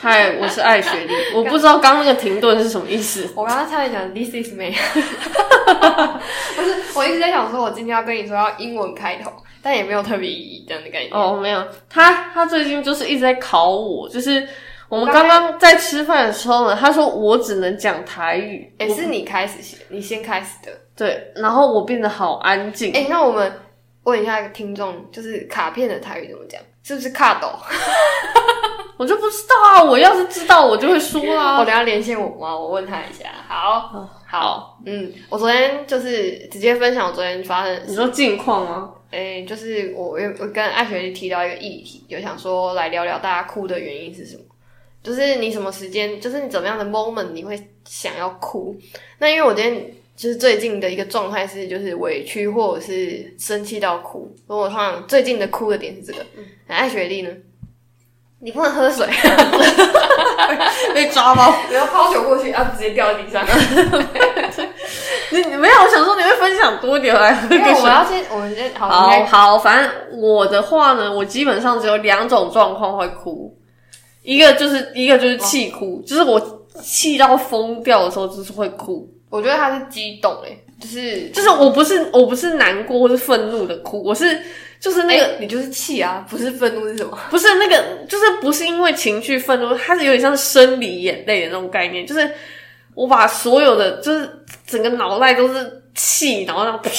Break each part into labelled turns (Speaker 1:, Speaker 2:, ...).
Speaker 1: 嗨，我是爱学历。 我不知道刚刚那个停顿是什么意思。
Speaker 2: 我刚刚差点讲 This is me，不是，我一直在想说，我今天要跟你说要英文开头，但也没有特别意义这样的概念。
Speaker 1: 哦，没有，他他最近就是一直在考我，就是我们刚刚在吃饭的时候呢，他说我只能讲台语，
Speaker 2: 也、
Speaker 1: 我
Speaker 2: 是你开始写，你先开始的。
Speaker 1: 对，然后我变得好安静。
Speaker 2: 哎、那我们问一下听众，就是卡片的台语怎么讲？是不是卡斗？
Speaker 1: 我就不知道啊，我要是知道我就会说啊啦、
Speaker 2: 我等一下连线我妈，我问她一下。好，
Speaker 1: 好，
Speaker 2: 嗯，我昨天就是直接分享我昨天发生的
Speaker 1: 你说近况吗？
Speaker 2: 诶、就是我有我跟艾雪莉提到一个议题，就想说来聊聊大家哭的原因是什么。就是你什么时间，就是你怎么样的 moment 你会想要哭？那因为我今天就是最近的一个状态是，就是委屈或者是生气到哭。所以我通常最近的哭的点是这个。那艾雪莉呢？你不能喝水，
Speaker 1: 被抓包？
Speaker 2: 你要抛球过去，啊，直接掉地 上。
Speaker 1: 你你没有，我想说你会分享多一点来喝
Speaker 2: 因为
Speaker 1: 个
Speaker 2: 我
Speaker 1: 水。
Speaker 2: 要先，我们先好，
Speaker 1: 好
Speaker 2: 我们
Speaker 1: 好，反正我的话呢，我基本上只有两种状况会哭，一个就是一个就是气哭，就是我气到疯掉的时候就是会哭，
Speaker 2: 我觉得他是激动诶、就是
Speaker 1: 就是我不是我不是难过或是愤怒的哭，我是就是那
Speaker 2: 那
Speaker 1: 个、
Speaker 2: 个、你就是气啊，不是愤怒是什么？
Speaker 1: 不是那个就是不是因为情绪愤怒，它是有点像生理眼泪的那种概念，就是我把所有的就是整个脑袋都是气，然后让就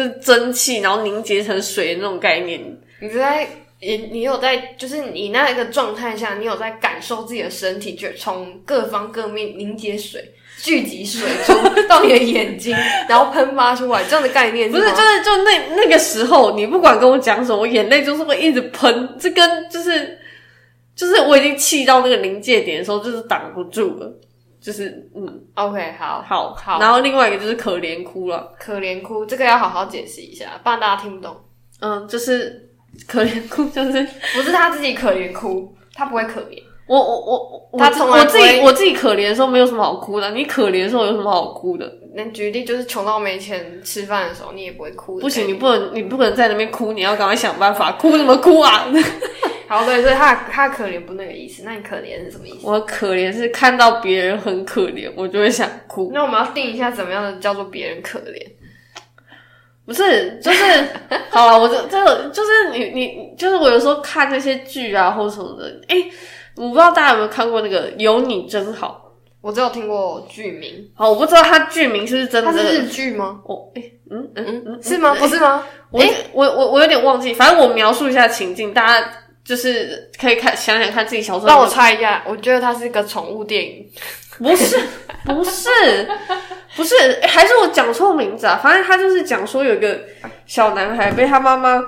Speaker 1: 是蒸汽，然后凝结成水的那种概念，
Speaker 2: 你是在你你有在，就是你那一个状态下，你有在感受自己的身体，就从各方各面凝结水。聚集水珠 到你的眼睛，然后喷发出来，这样的概念
Speaker 1: 不是，
Speaker 2: 吗
Speaker 1: 就是就那那个时候，你不管跟我讲什么，我眼泪就是会一直喷。这跟就是就是我已经气到那个临界点的时候，就是挡不住了，就是嗯，
Speaker 2: OK 哦好，
Speaker 1: 好
Speaker 2: 好
Speaker 1: 然后另外一个就是可怜哭了，
Speaker 2: 可怜哭这个要好好解释一下，不然大家听不懂。
Speaker 1: 嗯，就是可怜哭，就是
Speaker 2: 不是他自己可怜哭，他不会可怜。
Speaker 1: 我我我我
Speaker 2: 他从来
Speaker 1: 我
Speaker 2: 不
Speaker 1: 自
Speaker 2: 会
Speaker 1: 己我自己可怜的时候没有什么好哭的，你可怜的时候有什么好哭的？
Speaker 2: 那举例就是穷到没钱吃饭的时候，你也不会哭的
Speaker 1: 不行，
Speaker 2: 概
Speaker 1: 你
Speaker 2: 念。
Speaker 1: 不能你不能在那边哭，你要赶快想办法，哭什么哭啊？
Speaker 2: 好，对，所以他他可怜不那个意思，那你可怜是什么意思？
Speaker 1: 我可怜是看到别人很可怜，我就会想哭。
Speaker 2: 那我们要定一下怎么样的叫做别人可怜。
Speaker 1: 不是，就是好了，我这这个就是你你就是我有时候看那些剧啊或什么的，哎、我不知道大家有没有看过那个《有你真好
Speaker 2: 我只有听过剧名，》。
Speaker 1: 好，我不知道它剧名是不是真的
Speaker 2: 它
Speaker 1: 这
Speaker 2: 是
Speaker 1: 个。
Speaker 2: 日剧吗？
Speaker 1: 我哎、嗯嗯嗯
Speaker 2: 嗯，，是吗？不是吗？
Speaker 1: 我我我我有点忘记，反正我描述一下情境，大家就是可以看想想看自己小时候有
Speaker 2: 让
Speaker 1: 没
Speaker 2: 我
Speaker 1: 有。
Speaker 2: 猜一下，我觉得它是一个宠物电影。
Speaker 1: 不是不是不是、诶还是我讲错名字啊？反正他就是讲说有一个小男孩被他妈妈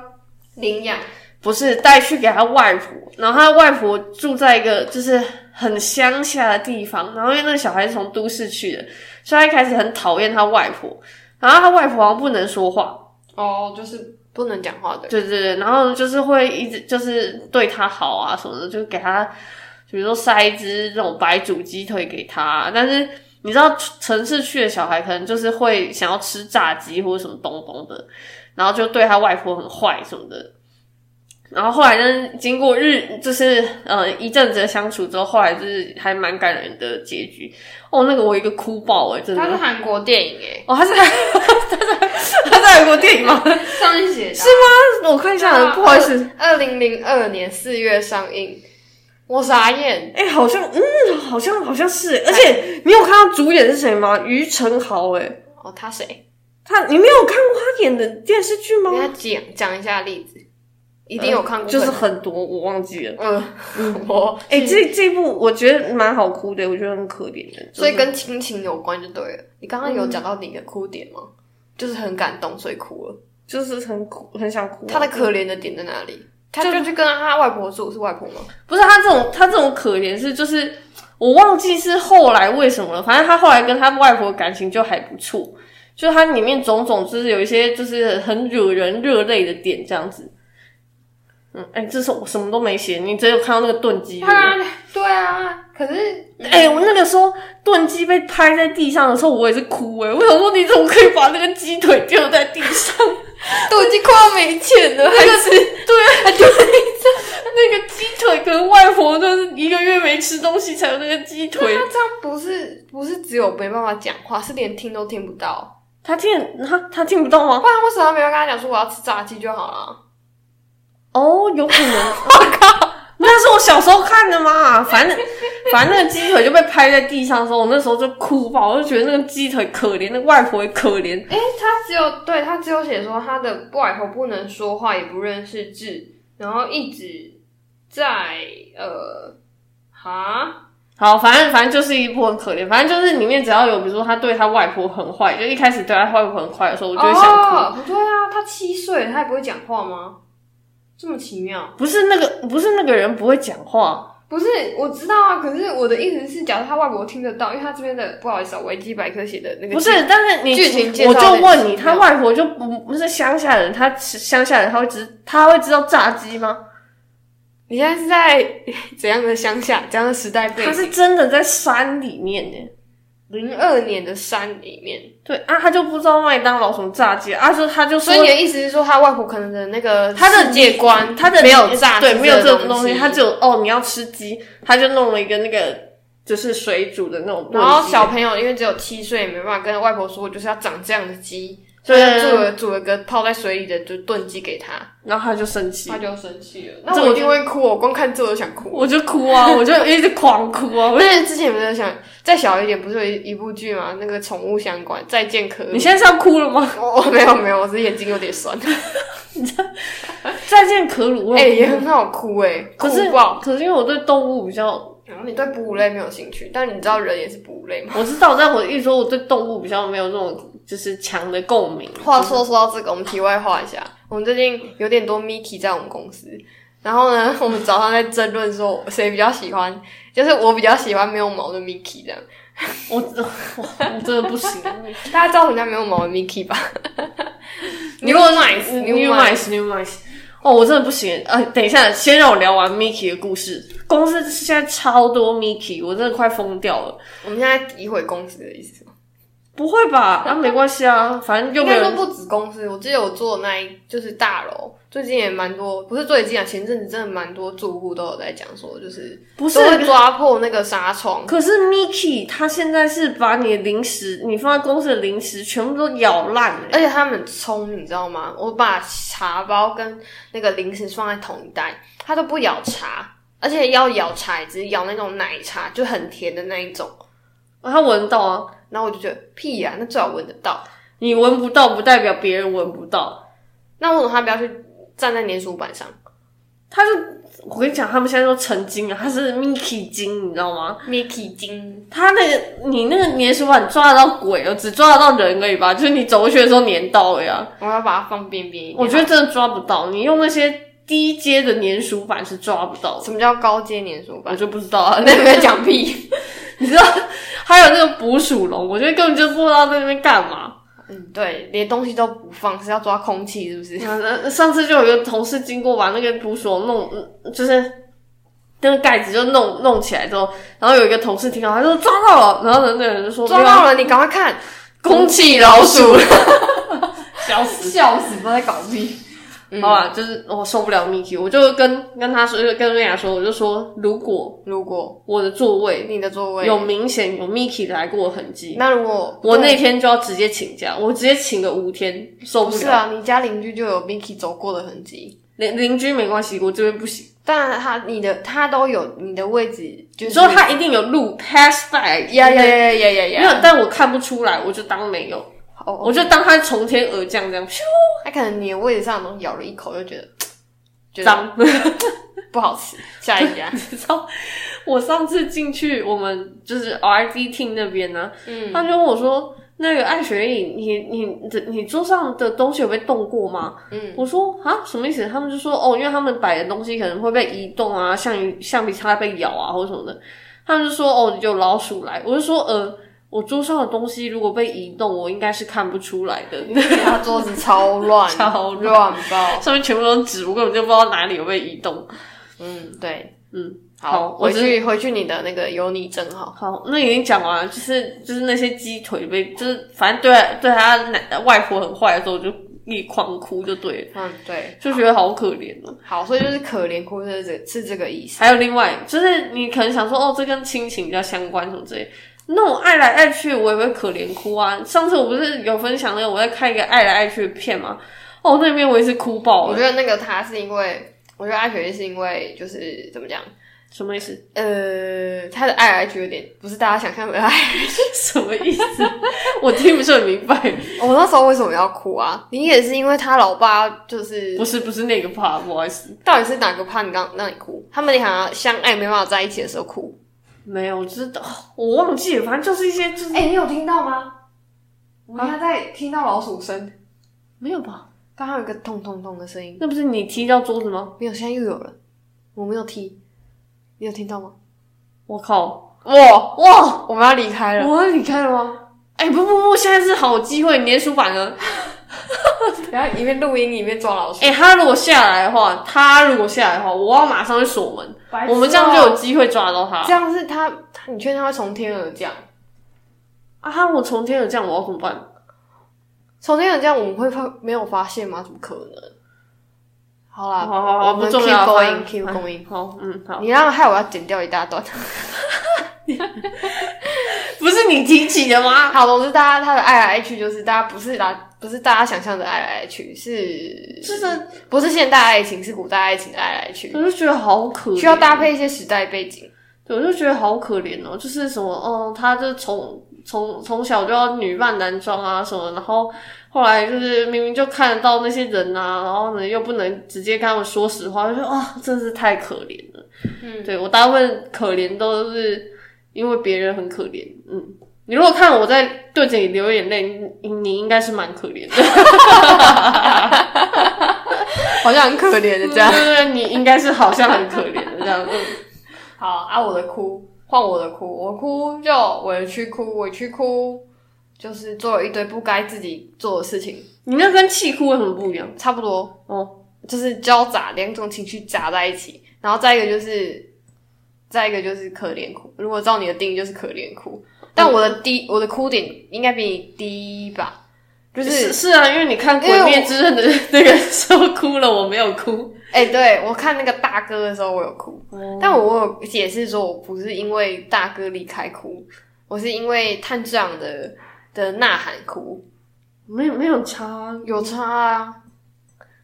Speaker 2: 领养，
Speaker 1: 不是带去给他外婆，然后他外婆住在一个就是很乡下的地方，然后因为那个小孩是从都市去的，所以他一开始很讨厌他外婆，然后他外婆好像不能说话，
Speaker 2: 哦，就是不能讲话的。
Speaker 1: 对对对，然后就是会一直就是对他好啊什么的，就给他比如说塞一只这种白煮鸡腿给他，但是。你知道城市去的小孩可能就是会想要吃炸鸡或者什么东东的，然后就对他外婆很坏什么的。然后后来呢，经过日就是呃一阵子的相处之后，后来就是还蛮感人的结局。哦，那个我一个哭爆哎、真的
Speaker 2: 它。是韩国电影诶，
Speaker 1: 哦，他是 他在他在韩国电影吗？
Speaker 2: 上面写啊是
Speaker 1: 我看一下，不好意思，，
Speaker 2: 二零零二年四月上映，我傻眼。
Speaker 1: 哎、好像，嗯，好像好像是，
Speaker 2: 哎
Speaker 1: 而且你有看到主演是谁吗？于承豪、哎，
Speaker 2: 哦，他谁？
Speaker 1: 他你没有看过他演的电视剧吗
Speaker 2: 给？他讲讲一下例子，一定有看过。
Speaker 1: 就是很多，我忘记了。
Speaker 2: 呃嗯，我
Speaker 1: 哎、这这部我觉得蛮好哭的，我觉得很可怜的。
Speaker 2: 所以跟亲情有关就对了。你刚刚有讲到你的哭点吗？就是很感动，所以哭了。
Speaker 1: 就是很苦，很想哭啊、
Speaker 2: 他的可怜的点在哪里？他就去跟他外婆住，是外婆吗？
Speaker 1: 不是他这种他这种可怜是就是我忘记是后来为什么了，反正他后来跟他外婆感情就还不错，就他里面种种就是有一些就是很惹人热泪的点这样子。嗯，哎、这是我什么都没写，你只有看到那个炖鸡。对不对，
Speaker 2: 对啊，可是
Speaker 1: 哎、我那个时候炖鸡被拍在地上的时候，我也是哭哎、我想说你怎么可以把那个鸡腿丢在地上？
Speaker 2: 都已经快要没钱了，还是
Speaker 1: 对啊，
Speaker 2: 还丢在
Speaker 1: 那个鸡腿，可能外婆就是一个月没吃东西才有那个鸡
Speaker 2: 那
Speaker 1: 腿。
Speaker 2: 他这样不是不是只有没办法讲话，是连听都听不到。
Speaker 1: 他听得他他听不到吗？
Speaker 2: 不然为什么他没有跟他讲说我要吃炸鸡就好了？
Speaker 1: 哦，有可能。 我靠，那是我小时候看的嘛。反正 反正那个鸡腿就被拍在地上的时候，我那时候就哭爆，我就觉得那个鸡腿可怜，那个外婆也可怜。
Speaker 2: 哎、他只有对他只有写说他的外婆不能说话，也不认识字，然后一直在呃哈，
Speaker 1: 好，反正反正就是一部很可怜，反正就是里面只要有，比如说他对他外婆很坏，就一开始对他外婆很坏的时候，我就会想哭。
Speaker 2: 哦，不对啊，他七岁，他也不会讲话吗？这么奇妙。
Speaker 1: 不是那个，不是那个人不会讲话，
Speaker 2: 不是，我知道啊，可是我的意思是，假如他外国听得到，因为他这边的不好意思、啊，维基百科写的那个
Speaker 1: 不是。但是你
Speaker 2: 剧情介绍
Speaker 1: 我
Speaker 2: 的
Speaker 1: 就问
Speaker 2: 很
Speaker 1: 你，
Speaker 2: 奇
Speaker 1: 他
Speaker 2: 妙
Speaker 1: 外婆就不不是乡下人，他乡下人他会知他会知道炸鸡吗？
Speaker 2: 你现在是在怎样的乡下、怎样的时代背
Speaker 1: 他
Speaker 2: 景？
Speaker 1: 是真的在山里面呢。
Speaker 2: 零二年的山里面，
Speaker 1: 对啊，他就不知道麦当劳什么炸鸡啊，就他就
Speaker 2: 所
Speaker 1: 说
Speaker 2: 以你的意思是说，他外婆可能的那个
Speaker 1: 他的
Speaker 2: 世界观，
Speaker 1: 他的
Speaker 2: 没有炸
Speaker 1: 对，没有这种
Speaker 2: 东
Speaker 1: 东西，他只有哦，你要吃鸡，他就弄了一个那个就是水煮的那种炖鸡，
Speaker 2: 然后小朋友因为只有七岁，没办法跟外婆说，我就是要长这样的鸡，所
Speaker 1: 对
Speaker 2: 以他煮了煮了个泡在水里的就炖鸡给他，
Speaker 1: 然后他就生气
Speaker 2: 他，就生气了。那
Speaker 1: 这
Speaker 2: 我
Speaker 1: 我
Speaker 2: 一定会哭，我光看这我就想哭。
Speaker 1: 我就哭 啊，我就一直狂哭啊，
Speaker 2: 哦我记得之前不是想再小一点，不是有一一部剧吗？那个宠物相关，《再见可
Speaker 1: 你
Speaker 2: 鲁》
Speaker 1: 现在是要哭了吗？
Speaker 2: 我。我没有没有，我是眼睛有点酸。
Speaker 1: 再见可鲁味，
Speaker 2: 哎、也很好哭哎、
Speaker 1: 可
Speaker 2: 哭
Speaker 1: 是
Speaker 2: 爆。
Speaker 1: 可是因为我对动物比较，
Speaker 2: 然后你对哺乳类没有兴趣，但你知道人也是哺乳类吗？
Speaker 1: 我知道，但我一说我对动物比较没有那种就是强的共鸣。
Speaker 2: 话说说到这个，我们题外话一下，我们最近有点多 Miki 在我们公司，然后呢，我们早上在争论说谁比较喜欢，就是我比较喜欢没有毛的 Miki 这样，
Speaker 1: 我 我真的不行。
Speaker 2: 大家知道人家没有毛的 Miki 吧？
Speaker 1: 你如果
Speaker 2: Nice，
Speaker 1: new
Speaker 2: Nice
Speaker 1: mice new mice，哦，我真的不行。呃，等一下，先让我聊完 Mickey 的故事。公司现在超多 Mickey，我真的快疯掉了。
Speaker 2: 我们现在诋毁公司的意思吗？
Speaker 1: 不会吧？啊，没关系啊，反正又
Speaker 2: 应
Speaker 1: 没
Speaker 2: 该说
Speaker 1: 有。
Speaker 2: 不止公司，我记得我做的那一就是大楼，最近也蛮多，不是最近啊，前阵子真的蛮多住户都有在讲说，就是
Speaker 1: 不是
Speaker 2: 都会抓破那个纱窗，
Speaker 1: 可是 Mickey 他现在是把你的零食，你放在公司的零食全部都咬烂了、
Speaker 2: 而且他们很聪明，你知道吗？我把茶包跟那个零食放在同一袋，他都不咬茶，而且要咬茶也只咬那种奶茶，就很甜的那一种。
Speaker 1: 啊他闻到啊，
Speaker 2: 然后我就觉得屁呀、那最好闻得到。
Speaker 1: 你闻不到不代表别人闻不到。
Speaker 2: 那为什么他不要去站在粘鼠板上？
Speaker 1: 他就我跟你讲，他们现在都成精了，他是 Mickey 精，你知道吗？
Speaker 2: Mickey 精，
Speaker 1: 他那个你那个粘鼠板抓得到鬼哦，只抓得到人而已吧？就是你走过去的时候粘到了呀、
Speaker 2: 我要把它放边边一点。
Speaker 1: 我觉得真的抓不到，你用那些低阶的粘鼠板是抓不到的。
Speaker 2: 什么叫高阶粘鼠板
Speaker 1: 我？就不知道啊，
Speaker 2: 那你在讲屁？
Speaker 1: 你知道还有那个捕鼠笼，我觉得根本就不知道在那边干嘛。
Speaker 2: 嗯，对，连东西都不放，是要抓空气是不是？
Speaker 1: 嗯上次就有一个同事经过，把那个捕鼠笼弄，嗯就是那个盖子就弄弄起来之后，然后有一个同事听到，他说抓到了，然后那个人就说
Speaker 2: 抓到了，你赶快看，
Speaker 1: 空气老鼠，笑死！
Speaker 2: 笑死，不知道在搞屁。嗯
Speaker 1: 好吧，就是我受不了 Miki，我就跟跟他说，就跟瑞雅说，我就说，如果
Speaker 2: 如果
Speaker 1: 我的座位
Speaker 2: 你的座位
Speaker 1: 有，明显有 Miki 来过的痕迹，
Speaker 2: 那如果
Speaker 1: 我那天就要直接请假，我直接请个五天，受
Speaker 2: 不
Speaker 1: 不
Speaker 2: 是
Speaker 1: 了。
Speaker 2: 啊，你家邻居就有 Mickey 走过的痕迹，
Speaker 1: 邻邻居没关系，我这边不行。
Speaker 2: 但他你的他都有你的位置，就
Speaker 1: 你
Speaker 2: 是
Speaker 1: 说他一定有路 pass by，
Speaker 2: 呀呀呀呀呀
Speaker 1: 没
Speaker 2: 呀
Speaker 1: 有
Speaker 2: 呀，，
Speaker 1: 但我看不出来，我就当没有，
Speaker 2: 哦，
Speaker 1: 我就当他从天而降这样，咻
Speaker 2: 他可能你的位置上的东西咬了一口，就觉得觉得
Speaker 1: 脏。
Speaker 2: 不好 吃，下一家
Speaker 1: 你知道，我上次进去我们就是 R D team 那边呢、
Speaker 2: 嗯
Speaker 1: 他就问我说：“那个艾雪莉，你你你的你桌上的东西有被动过吗？”
Speaker 2: 嗯，
Speaker 1: 我说：“啊，什么意思？”他们就说：“哦，因为他们摆的东西可能会被移动啊，像橡皮擦被咬啊，或者什么的。”他们就说：“哦，有老鼠来。”我就说：“呃。”我桌上的东西如果被移动，我应该是看不出来的。
Speaker 2: 他桌子超乱，
Speaker 1: 超
Speaker 2: 乱爆，
Speaker 1: 上面全部都是纸，我根本就不知道哪里有被移动。
Speaker 2: 嗯，对，
Speaker 1: 嗯，
Speaker 2: 好，
Speaker 1: 我
Speaker 2: 回
Speaker 1: 是
Speaker 2: 去回去你的那个有你真好，
Speaker 1: 好，那已经讲完了，就是就是那些鸡腿被，就是反正对对他奶外婆很坏的时候，我就力狂哭就对了，
Speaker 2: 嗯，对，
Speaker 1: 就觉得好可怜哦。
Speaker 2: 好，所以就是可怜哭是这是这个意思。
Speaker 1: 还有另外就是你可能想说哦，这跟亲情比较相关什么之类，那我爱来爱去我也会可怜哭啊。上次我不是有分享那个我在看一个爱来爱去的片吗？哦，那边我也是哭爆
Speaker 2: 我
Speaker 1: 了，
Speaker 2: 觉得那个他是因为，我觉得爱学是因为就是怎么讲，
Speaker 1: 什么意思？
Speaker 2: 呃，他的爱来去有点不是大家想象的爱。
Speaker 1: 什么意思？ 我听不是很明白。
Speaker 2: 我那时候为什么要哭啊？你也是因为他老爸就是
Speaker 1: 不是不是那个怕，不好意思，
Speaker 2: 到底是哪个怕你刚让你哭？他们俩好像相爱没办法在一起的时候哭。
Speaker 1: 没有，就是哦我忘记了，反正就是一些就是、
Speaker 2: 哎、你有听到吗？我应该在听到老鼠声，
Speaker 1: 没有吧？
Speaker 2: 刚刚有一个咚咚咚的声音，
Speaker 1: 那不是你踢到桌子吗？
Speaker 2: 没有，现在又有了，我没有踢，你有听到吗？
Speaker 1: 我靠！
Speaker 2: 哇哇，我们要离开了。
Speaker 1: 我要离开了吗？哎、不不不，现在是好机会，年书版呢？
Speaker 2: 然后一面录音一面抓老鼠。
Speaker 1: 哎、他如果下来的话，他如果下来的话，我要马上去锁门，我们这样就有机会抓到他
Speaker 2: 这。样是他，他你确定他会从天而降？
Speaker 1: 啊，他如果从天而降，我要怎么办？
Speaker 2: 从天而降，我们会发没有发现吗？怎么可能？好啦，
Speaker 1: 好好好，
Speaker 2: 我
Speaker 1: 不
Speaker 2: 们
Speaker 1: 重要
Speaker 2: keep going，keep
Speaker 1: 反正
Speaker 2: going。
Speaker 1: 好，嗯，好，
Speaker 2: 你让害我要剪掉一大段。
Speaker 1: 不是你提起的吗？
Speaker 2: 好，总之大家他的爱来爱去，就是大家不是来不是大家想象的爱来爱去，是
Speaker 1: 就是，
Speaker 2: 不是现代爱情，是古代爱情的爱来爱去，
Speaker 1: 我就觉得好可怜，
Speaker 2: 需要搭配一些时代背 景。
Speaker 1: 对，我就觉得好可怜哦，就是什么，嗯，他就从从从小就要女扮男装啊什么，然后后来就是明明就看得到那些人啊，然后呢又不能直接跟他们说实话，就说啊、真是太可怜了。
Speaker 2: 嗯，
Speaker 1: 对我大部分可怜都是因为别人很可怜，嗯。你如果看我在对着你流眼泪，你你应该是蛮可怜的，
Speaker 2: 好像很可怜的这样。
Speaker 1: 对对对，你应该是好像很可怜的这样。嗯
Speaker 2: 好啊，我的哭换我的哭，我哭就委屈哭，委屈哭就是做了一堆不该自己做的事情，
Speaker 1: 你那跟气哭有什么不一样？
Speaker 2: 差不多
Speaker 1: 哦，
Speaker 2: 就是交杂两种情绪杂在一起，然后再一个就是再一个就是可怜哭。如果照你的定义就是可怜哭，但我的低我的哭点应该比你低吧，就是
Speaker 1: 是是啊，因为你看《
Speaker 2: 因为
Speaker 1: 鬼
Speaker 2: 我
Speaker 1: 灭之刃》的那个时候哭了，我没有哭。
Speaker 2: 哎、对我看那个大哥的时候我有哭，但我有解释说，我不是因为大哥离开哭，我是因为探长的的呐喊哭，
Speaker 1: 没有没有差，
Speaker 2: 有差啊。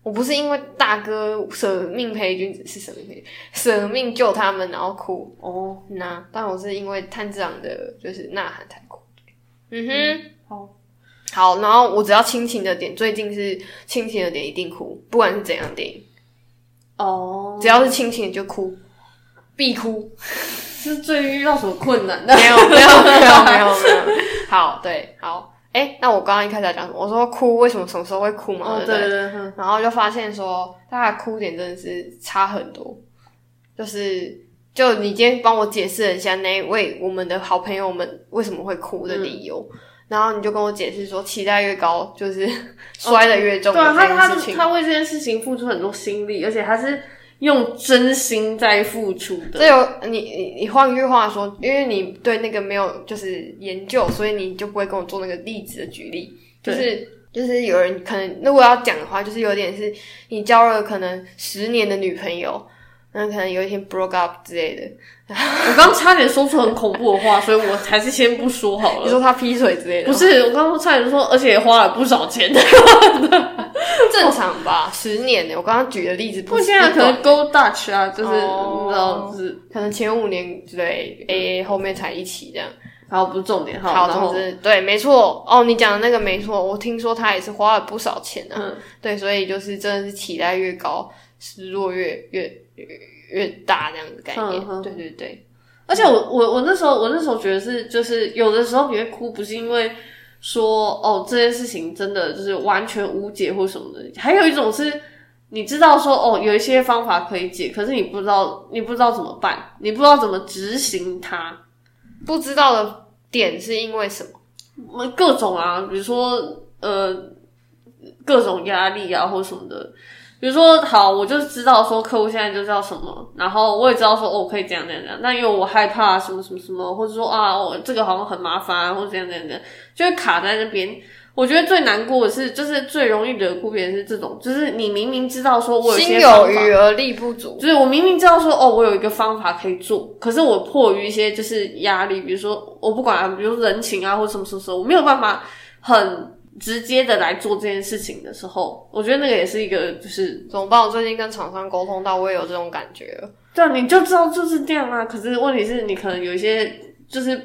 Speaker 2: 我不是因为大哥舍命陪君子，是舍命陪君子舍命救他们，然后哭
Speaker 1: 哦，
Speaker 2: 那，但我是因为探长的就是呐喊才哭。嗯哼，
Speaker 1: 好，
Speaker 2: 好，然后我只要亲情的点，最近是亲情的点一定哭，不管是怎样的电影，
Speaker 1: 哦，
Speaker 2: 只要是亲情的就哭，必哭。
Speaker 1: 是最遇到什么困难的？
Speaker 2: 没有没有没有没有没有。好，对，好，哎、那我刚刚一开始在讲什么？我说哭，为什么什么时候会哭嘛？
Speaker 1: 哦，
Speaker 2: 对不
Speaker 1: 对
Speaker 2: 对
Speaker 1: 对对，嗯
Speaker 2: 然后就发现说，大家的哭点真的是差很多，就是就你今天帮我解释了一下那一位我们的好朋友们为什么会哭的理由。然后你就跟我解释说，期待越高就是摔得越重
Speaker 1: 对啊，
Speaker 2: 的
Speaker 1: 他
Speaker 2: 这件
Speaker 1: 他
Speaker 2: 事情，
Speaker 1: 他为这件事情付出很多心力，而且他是用真心在付出的。
Speaker 2: 这有你你你换句话说，因为你对那个没有就是研究，所以你就不会跟我做那个例子的举例，就是就是有人可能如果要讲的话，就是有点是你交了可能十年的女朋友，那可能有一天 broke up 之类的，
Speaker 1: 我刚差点说出很恐怖的话，所以我还是先不说好
Speaker 2: 你
Speaker 1: 了。
Speaker 2: 说他劈腿之类的，
Speaker 1: 不是，我刚刚差点说，而且也花了不少钱。
Speaker 2: 正常吧？十年欸的，我刚刚举的例子不
Speaker 1: 不，现在可
Speaker 2: 短
Speaker 1: 能 Go Dutch 啊，就是
Speaker 2: 哦
Speaker 1: 你知道，就是
Speaker 2: 可能前五年之类 A 后面才一起这样。
Speaker 1: 然后不是重点，
Speaker 2: 好，
Speaker 1: 然后
Speaker 2: 总之对，没错哦，你讲的那个没错，我听说他也是花了不少钱啊。
Speaker 1: 嗯
Speaker 2: 对，所以就是真的是期待越高，失落越越越越大这样子概念。
Speaker 1: 嗯哼
Speaker 2: 对对对，
Speaker 1: 而且我我我那时候我那时候觉得是就是有的时候你会哭，不是因为说哦这件事情真的就是完全无解或什么的，还有一种是你知道说哦有一些方法可以解，可是你不知道你不知道怎么办，你不知道怎么执行它，
Speaker 2: 不知道的点是因为什么？
Speaker 1: 各种啊，比如说呃各种压力啊或什么的。比如说，好，我就知道说客户现在就是要什么，然后我也知道说，哦，我可以这样这样这样。那因为我害怕什么什么什么，或者说啊，我、这个好像很麻烦、啊，或者这样这样这样，就会卡在那边。我觉得最难过的是，就是最容易惹哭别人是这种，就是你明明知道说哦我有
Speaker 2: 心
Speaker 1: 些
Speaker 2: 有
Speaker 1: 方法，
Speaker 2: 余而力不足。
Speaker 1: 就是我明明知道说哦，我有一个方法可以做，可是我迫于一些就是压力，比如说我不管啊，比如说人情啊或什么什么什么，我没有办法很直接的来做这件事情的时候，我觉得那个也是一个就是
Speaker 2: 怎么办？我最近跟厂商沟通到，我也有这种感觉了。
Speaker 1: 对啊，你就知道就是这样啊。可是问题是你可能有一些就是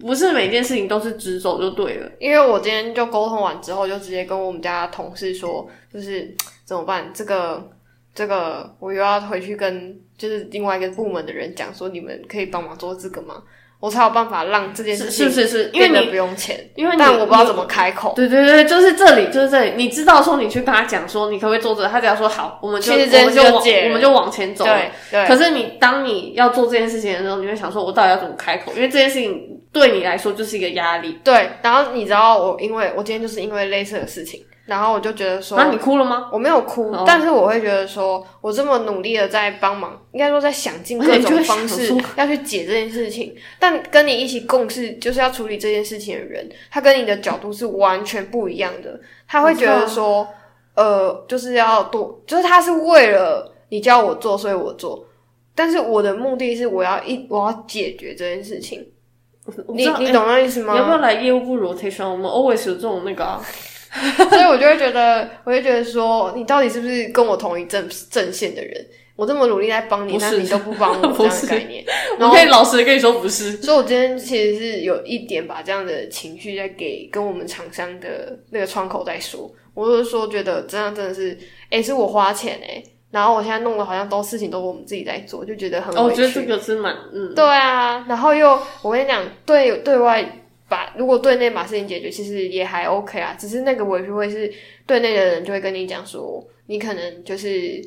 Speaker 1: 不是每件事情都是直走就对了。
Speaker 2: 因为我今天就沟通完之后，就直接跟我们家同事说，就是怎么办？这个这个，我又要回去跟就是另外一个部门的人讲说，你们可以帮忙做这个吗？我才有办法让这件
Speaker 1: 是
Speaker 2: 事
Speaker 1: 是
Speaker 2: 情
Speaker 1: 不是是？因为
Speaker 2: 变得
Speaker 1: 你
Speaker 2: 不用钱。
Speaker 1: 因为你
Speaker 2: 但我不知道怎么开口。
Speaker 1: 对对对，就是这里，就是这里。你知道说你去跟他讲说你可不可以做这个，他只要说好，我们就
Speaker 2: 其实
Speaker 1: 我们
Speaker 2: 这件事
Speaker 1: 就
Speaker 2: 就
Speaker 1: 往
Speaker 2: 解了
Speaker 1: 我们就往前走。
Speaker 2: 对对，
Speaker 1: 可是你当你要做这件事情的时候，你会想说，我到底要怎么开口？因为这件事情对你来说就是一个压力。
Speaker 2: 对。然后你知道我，因为我今天就是因为类似的事情，然后我就觉得说，
Speaker 1: 然后你哭了吗？
Speaker 2: 我没有哭，
Speaker 1: 哦
Speaker 2: 但是我会觉得说，我这么努力的在帮忙，应该说在想尽
Speaker 1: 而
Speaker 2: 各
Speaker 1: 哦且你就
Speaker 2: 种
Speaker 1: 会
Speaker 2: 方式
Speaker 1: 想
Speaker 2: 要去解这件事情。但跟你一起共事，就是要处理这件事情的人，他跟你的角度是完全不一样的。他会觉得说，呃，就是要多，就是他是为了你叫我做，所以我做。但是我的目的是我要一我要解决这件事情，
Speaker 1: 我不
Speaker 2: 你
Speaker 1: 知道
Speaker 2: 你懂那意思吗？
Speaker 1: 你要不要来业务部 rotation？我们 always 有这种那个、啊，
Speaker 2: 所以我就会觉得，我就觉得说，你到底是不是跟我同一阵阵线的人？我这么努力在帮你，
Speaker 1: 不
Speaker 2: 但
Speaker 1: 是
Speaker 2: 你都不 帮我，这
Speaker 1: 不
Speaker 2: 样
Speaker 1: 是
Speaker 2: 的概念。然
Speaker 1: 我
Speaker 2: 后
Speaker 1: 可，以老实地跟你说不是。
Speaker 2: 所以我今天其实是有一点把这样的情绪在给跟我们厂商的那个窗口在说，我就是说觉得这样真的是，诶、是我花钱诶、然后我现在弄的好像都事情都我们自己在做，就觉得很
Speaker 1: 哦，我
Speaker 2: 委
Speaker 1: 觉得
Speaker 2: 屈
Speaker 1: 这。个是蛮嗯，
Speaker 2: 对啊，然后又我跟你讲，对对外把如果对内把事情解决，其实也还 OK 啊，只是那个委屈会是对内的人就会跟你讲说，你可能就是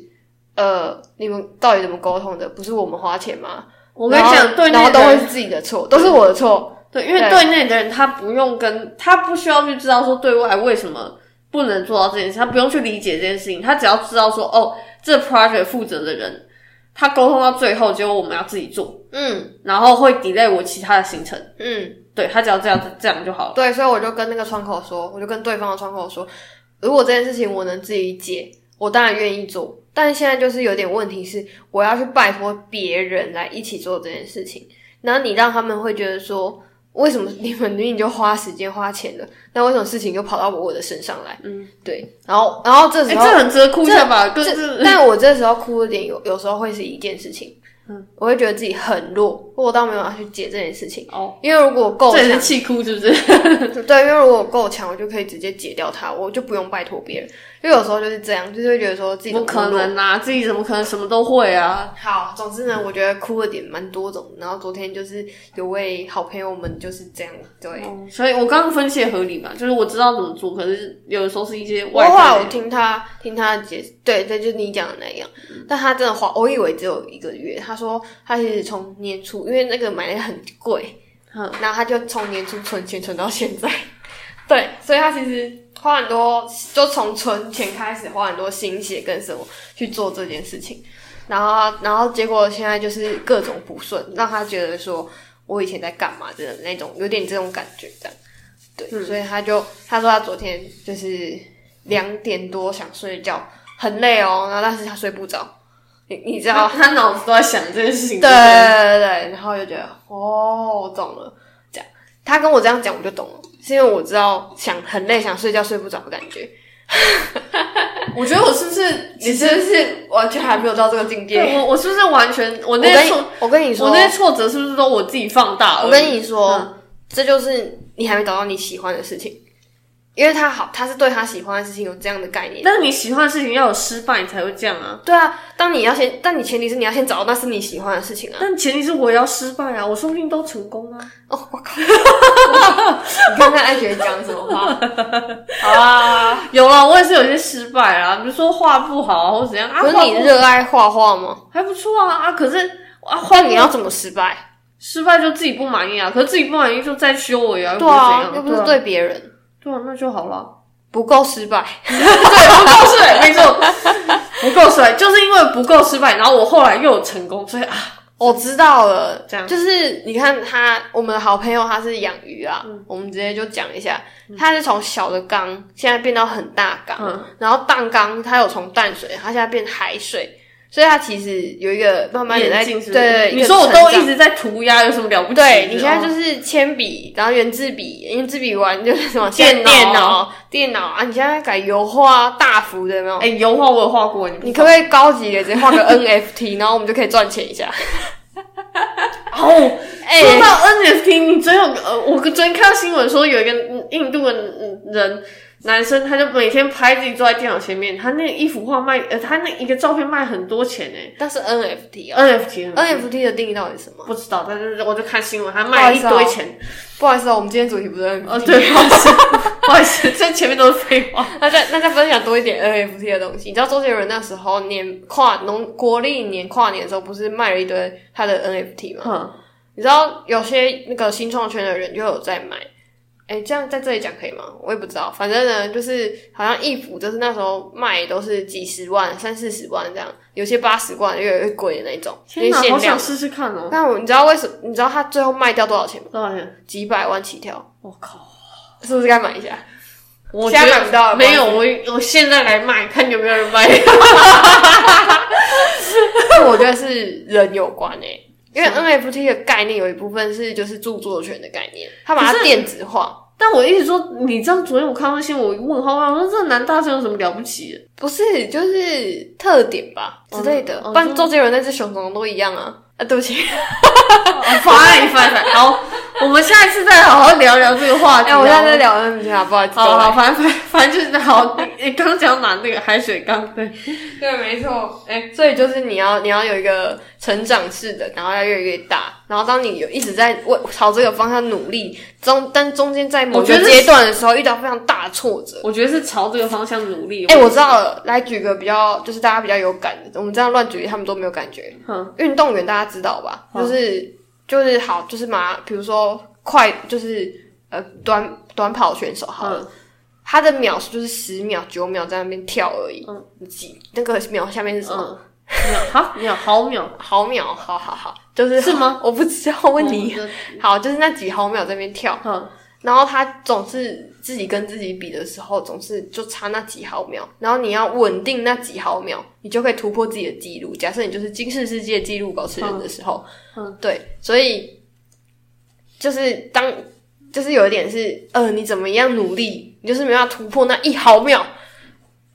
Speaker 2: 呃，你们到底怎么沟通的？不是我们花钱吗？
Speaker 1: 嗯我跟你
Speaker 2: 然
Speaker 1: 讲，
Speaker 2: 后
Speaker 1: 对
Speaker 2: 然
Speaker 1: 内
Speaker 2: 后都
Speaker 1: 的
Speaker 2: 会
Speaker 1: 人
Speaker 2: 是自己的错，都是我的错。
Speaker 1: 对，因为
Speaker 2: 对
Speaker 1: 对内的人他不用跟他不需要去知道说对外为什么不能做到这件事，他不用去理解这件事情，他只要知道说哦，这 project 负责的人他沟通到最后，结果我们要自己做，
Speaker 2: 嗯
Speaker 1: 然后会 delay 我其他的行程，
Speaker 2: 嗯，
Speaker 1: 对他只要这样这样就好了。
Speaker 2: 对，所以我就跟那个窗口说，我就跟对方的窗口说，如果这件事情我能自己解，我当然愿意做。但是现在就是有点问题是，我要去拜托别人来一起做这件事情，然后你让他们会觉得说，为什么你们明明就花时间花钱了，那为什么事情就跑到我的身上来？
Speaker 1: 嗯，
Speaker 2: 对。然后，然后这
Speaker 1: 哎、
Speaker 2: 时 候
Speaker 1: 这很值得哭一下吧？就
Speaker 2: 这
Speaker 1: 是
Speaker 2: 但我这时候哭的点有有时候会是一件事情，
Speaker 1: 嗯，
Speaker 2: 我会觉得自己很弱，我倒没有要去解这件事情，
Speaker 1: 哦，
Speaker 2: 因为如果我够
Speaker 1: 这也
Speaker 2: 强
Speaker 1: 是气哭，是不是？
Speaker 2: 对，因为如果我够强，我就可以直接解掉它，我就不用拜托别人。因为有时候就是这样，就是会觉得说自己
Speaker 1: 不可
Speaker 2: 怎么弱。
Speaker 1: 能啊，自己怎么可能什么都会啊？
Speaker 2: 好，总之呢，我觉得哭的点蛮多种。然后昨天就是有位好朋友们就是这样，对。
Speaker 1: 哦所以我刚刚分析得合理嘛，就是我知道怎么做，可是有的时候是一些
Speaker 2: 我
Speaker 1: 外
Speaker 2: 后来
Speaker 1: 在
Speaker 2: 我
Speaker 1: 的
Speaker 2: 听他听他的解释，对，这就是你讲的那样。但他真的花，我以为只有一个月。他说他其实从年初，因为那个买的很贵，
Speaker 1: 嗯
Speaker 2: 然后他就从年初存钱存到现在。 对，所以他其实花很多，就从存钱开始花很多心血跟什么去做这件事情。然后，然后结果现在就是各种不顺，让他觉得说我以前在干嘛的那种，有点这种感觉这样。对，所以他就他说他昨天就是两点多想睡觉，很累哦，然后但是他睡不着，你你知 道
Speaker 1: 他他脑子都在想这件事情。
Speaker 2: 对对对，然后就觉得哦，我懂了。这样，他跟我这样讲，我就懂了，是因为我知道想很累，想睡觉睡不着的感觉。
Speaker 1: 我觉得我是不是？
Speaker 2: 你真的是完全还没有到这个境界。
Speaker 1: 对我我是不是完全？我
Speaker 2: 我
Speaker 1: 那
Speaker 2: 跟
Speaker 1: 些
Speaker 2: 你
Speaker 1: 挫，
Speaker 2: 我跟你说，
Speaker 1: 我那些挫折是不是都我自己放大而已？
Speaker 2: 我跟你说，
Speaker 1: 嗯
Speaker 2: 这就是你还没找到你喜欢的事情，因为他好，他是对他喜欢的事情有这样的概念。
Speaker 1: 但是你喜欢的事情要有失败，你才会这样啊。
Speaker 2: 对啊，当你要先，但你前提是你要先找到那是你喜欢的事情啊。
Speaker 1: 但前提是我也要失败啊，我说不定都成功啊。
Speaker 2: 哦，我靠！ 你看看艾雪讲什么 话？好啊，
Speaker 1: 有啊，我也是有些失败啊，比如说画不好啊，或者怎样啊，
Speaker 2: 可是
Speaker 1: 画
Speaker 2: 你
Speaker 1: 不
Speaker 2: 热爱画画吗？
Speaker 1: 还不错啊啊，可是啊，画
Speaker 2: 但你要怎么失败？
Speaker 1: 失败就自己不满意啊，可是自己不满意就再修我呀，又不
Speaker 2: 对
Speaker 1: 是怎
Speaker 2: 啊
Speaker 1: 样，，
Speaker 2: 又不是
Speaker 1: 对啊
Speaker 2: 对别人，
Speaker 1: 对啊，那就好了。
Speaker 2: 不够失败。
Speaker 1: 不够 失败，没错，不够失败，就是因为不够失败，然后我后来又有成功，所以啊，
Speaker 2: 我知道了，
Speaker 1: 这样
Speaker 2: 就是你看他，我们好朋友他是养鱼啊，
Speaker 1: 嗯
Speaker 2: 我们直接就讲一下，他是从小的缸现在变到很大缸，
Speaker 1: 嗯
Speaker 2: 然后淡缸它有从淡水，它现在变海水，所以它其实有一个慢慢也在
Speaker 1: 眼镜是不是
Speaker 2: 对，
Speaker 1: 你说我都一
Speaker 2: 直。
Speaker 1: 直在涂鸦，有什么了不起的？
Speaker 2: 对你现在就
Speaker 1: 哦
Speaker 2: 是铅笔，然后圆珠笔，圆珠笔玩就是 什么
Speaker 1: 电
Speaker 2: 电
Speaker 1: 脑
Speaker 2: 脑、电脑啊！你现在改油画大幅的那种，
Speaker 1: 哎、油画我有画过，你不
Speaker 2: 你可不可以高级一点，直接画个 NFT，然后我们就可以赚钱一下？
Speaker 1: 哦，
Speaker 2: 哎、
Speaker 1: 说到 NFT，你真有呃，我昨天看到新闻说有一个嗯印度的嗯人男生，他就每天拍自己坐在电脑前面，他那一幅画卖呃，他那一个照片卖很多钱哎、
Speaker 2: 但是 NFT 哦、
Speaker 1: NFT 很
Speaker 2: n f t 的定义到底是什么？
Speaker 1: 不知道，但是我就看新闻，他卖了一
Speaker 2: 不好
Speaker 1: 堆
Speaker 2: 意思
Speaker 1: 钱。
Speaker 2: 不好意思哦，我们今天主题不是 NFT，、
Speaker 1: 哦，对，不好意思，不好意思，这前面都是废 话。
Speaker 2: 那再那再分享多一点 NFT 的东西。你知道周杰伦那时候年跨农国历年跨年的时候，不是卖了一堆他的 NFT 吗？
Speaker 1: 嗯，
Speaker 2: 你知道有些那个新创圈的人就有在买。哎、这样在这里讲可以吗？我也不知道，反正呢，就是好像衣服，就是那时候卖都是几十万、三四十万这样，有些八十万，越来越贵的那种，因为
Speaker 1: 天哪，好
Speaker 2: 限
Speaker 1: 想
Speaker 2: 量。
Speaker 1: 试试看哦。
Speaker 2: 那我你知道为什么？你知道他最后卖掉多少钱吗？
Speaker 1: 多少钱？
Speaker 2: 几百万起跳，
Speaker 1: 我靠！
Speaker 2: 是不是该买一下？
Speaker 1: 我
Speaker 2: 现
Speaker 1: 觉
Speaker 2: 在
Speaker 1: 得
Speaker 2: 买不到了
Speaker 1: 没
Speaker 2: 不
Speaker 1: 有，
Speaker 2: 好
Speaker 1: 我我现在来卖，看有没有人卖。
Speaker 2: 但我觉得是人有关诶、因为 NFT 的概念有一部分是就是著作权的概念，他把
Speaker 1: 可
Speaker 2: 它电子化，
Speaker 1: 但我一直说，你知道昨天我看到新闻，我问号，我想说这男大生有什么了不起的？
Speaker 2: 不是就是特点吧之类的
Speaker 1: 哦。
Speaker 2: 不然
Speaker 1: 就
Speaker 2: 周杰伦那只熊熊都一样啊。啊，对不起，
Speaker 1: 翻一翻翻， 好，我们下一次再好好聊聊这个话 题。
Speaker 2: 哎、我现在在
Speaker 1: 聊。
Speaker 2: 聊 NFT 啊，不好意思。
Speaker 1: 好好，反正反反正就是好，你你刚讲拿那个海水缸对，
Speaker 2: 对，没错。哎、所以就是你要你要有一个成长式的，然后要越来越大，然后当你有一直在为朝这个方向努力，中但中间在某
Speaker 1: 我觉
Speaker 2: 个
Speaker 1: 得是
Speaker 2: 阶段的时候遇到非常大的挫折，
Speaker 1: 我觉得是朝这个方向努力。
Speaker 2: 哎、我知道了，来举个比较，就是大家比较有感的，我们这样乱举，他们都没有感觉。
Speaker 1: 哼，
Speaker 2: 运动员大家知道吧？就是就是好，就是马，比如说快，就是呃短短跑选手好了，
Speaker 1: 嗯
Speaker 2: 他的秒数就是十秒、九秒在那边跳而已。嗯，几那个秒下面是什么？
Speaker 1: 嗯，秒好秒毫秒
Speaker 2: 毫秒，好好好，就是
Speaker 1: 嗯是吗？
Speaker 2: 我不知道，问你。
Speaker 1: 嗯
Speaker 2: 好，就是那几毫秒在那边跳，
Speaker 1: 哼，
Speaker 2: 然后他总是自己跟自己比的时候，总是就差那几毫秒，然后你要稳定那几毫秒，你就可以突破自己的记录。假设你就是金氏世界纪录保持人的时候，
Speaker 1: 嗯
Speaker 2: 对，所以就是当就是有一点是，呃，你怎么样努力，你就是没办法突破那一毫秒，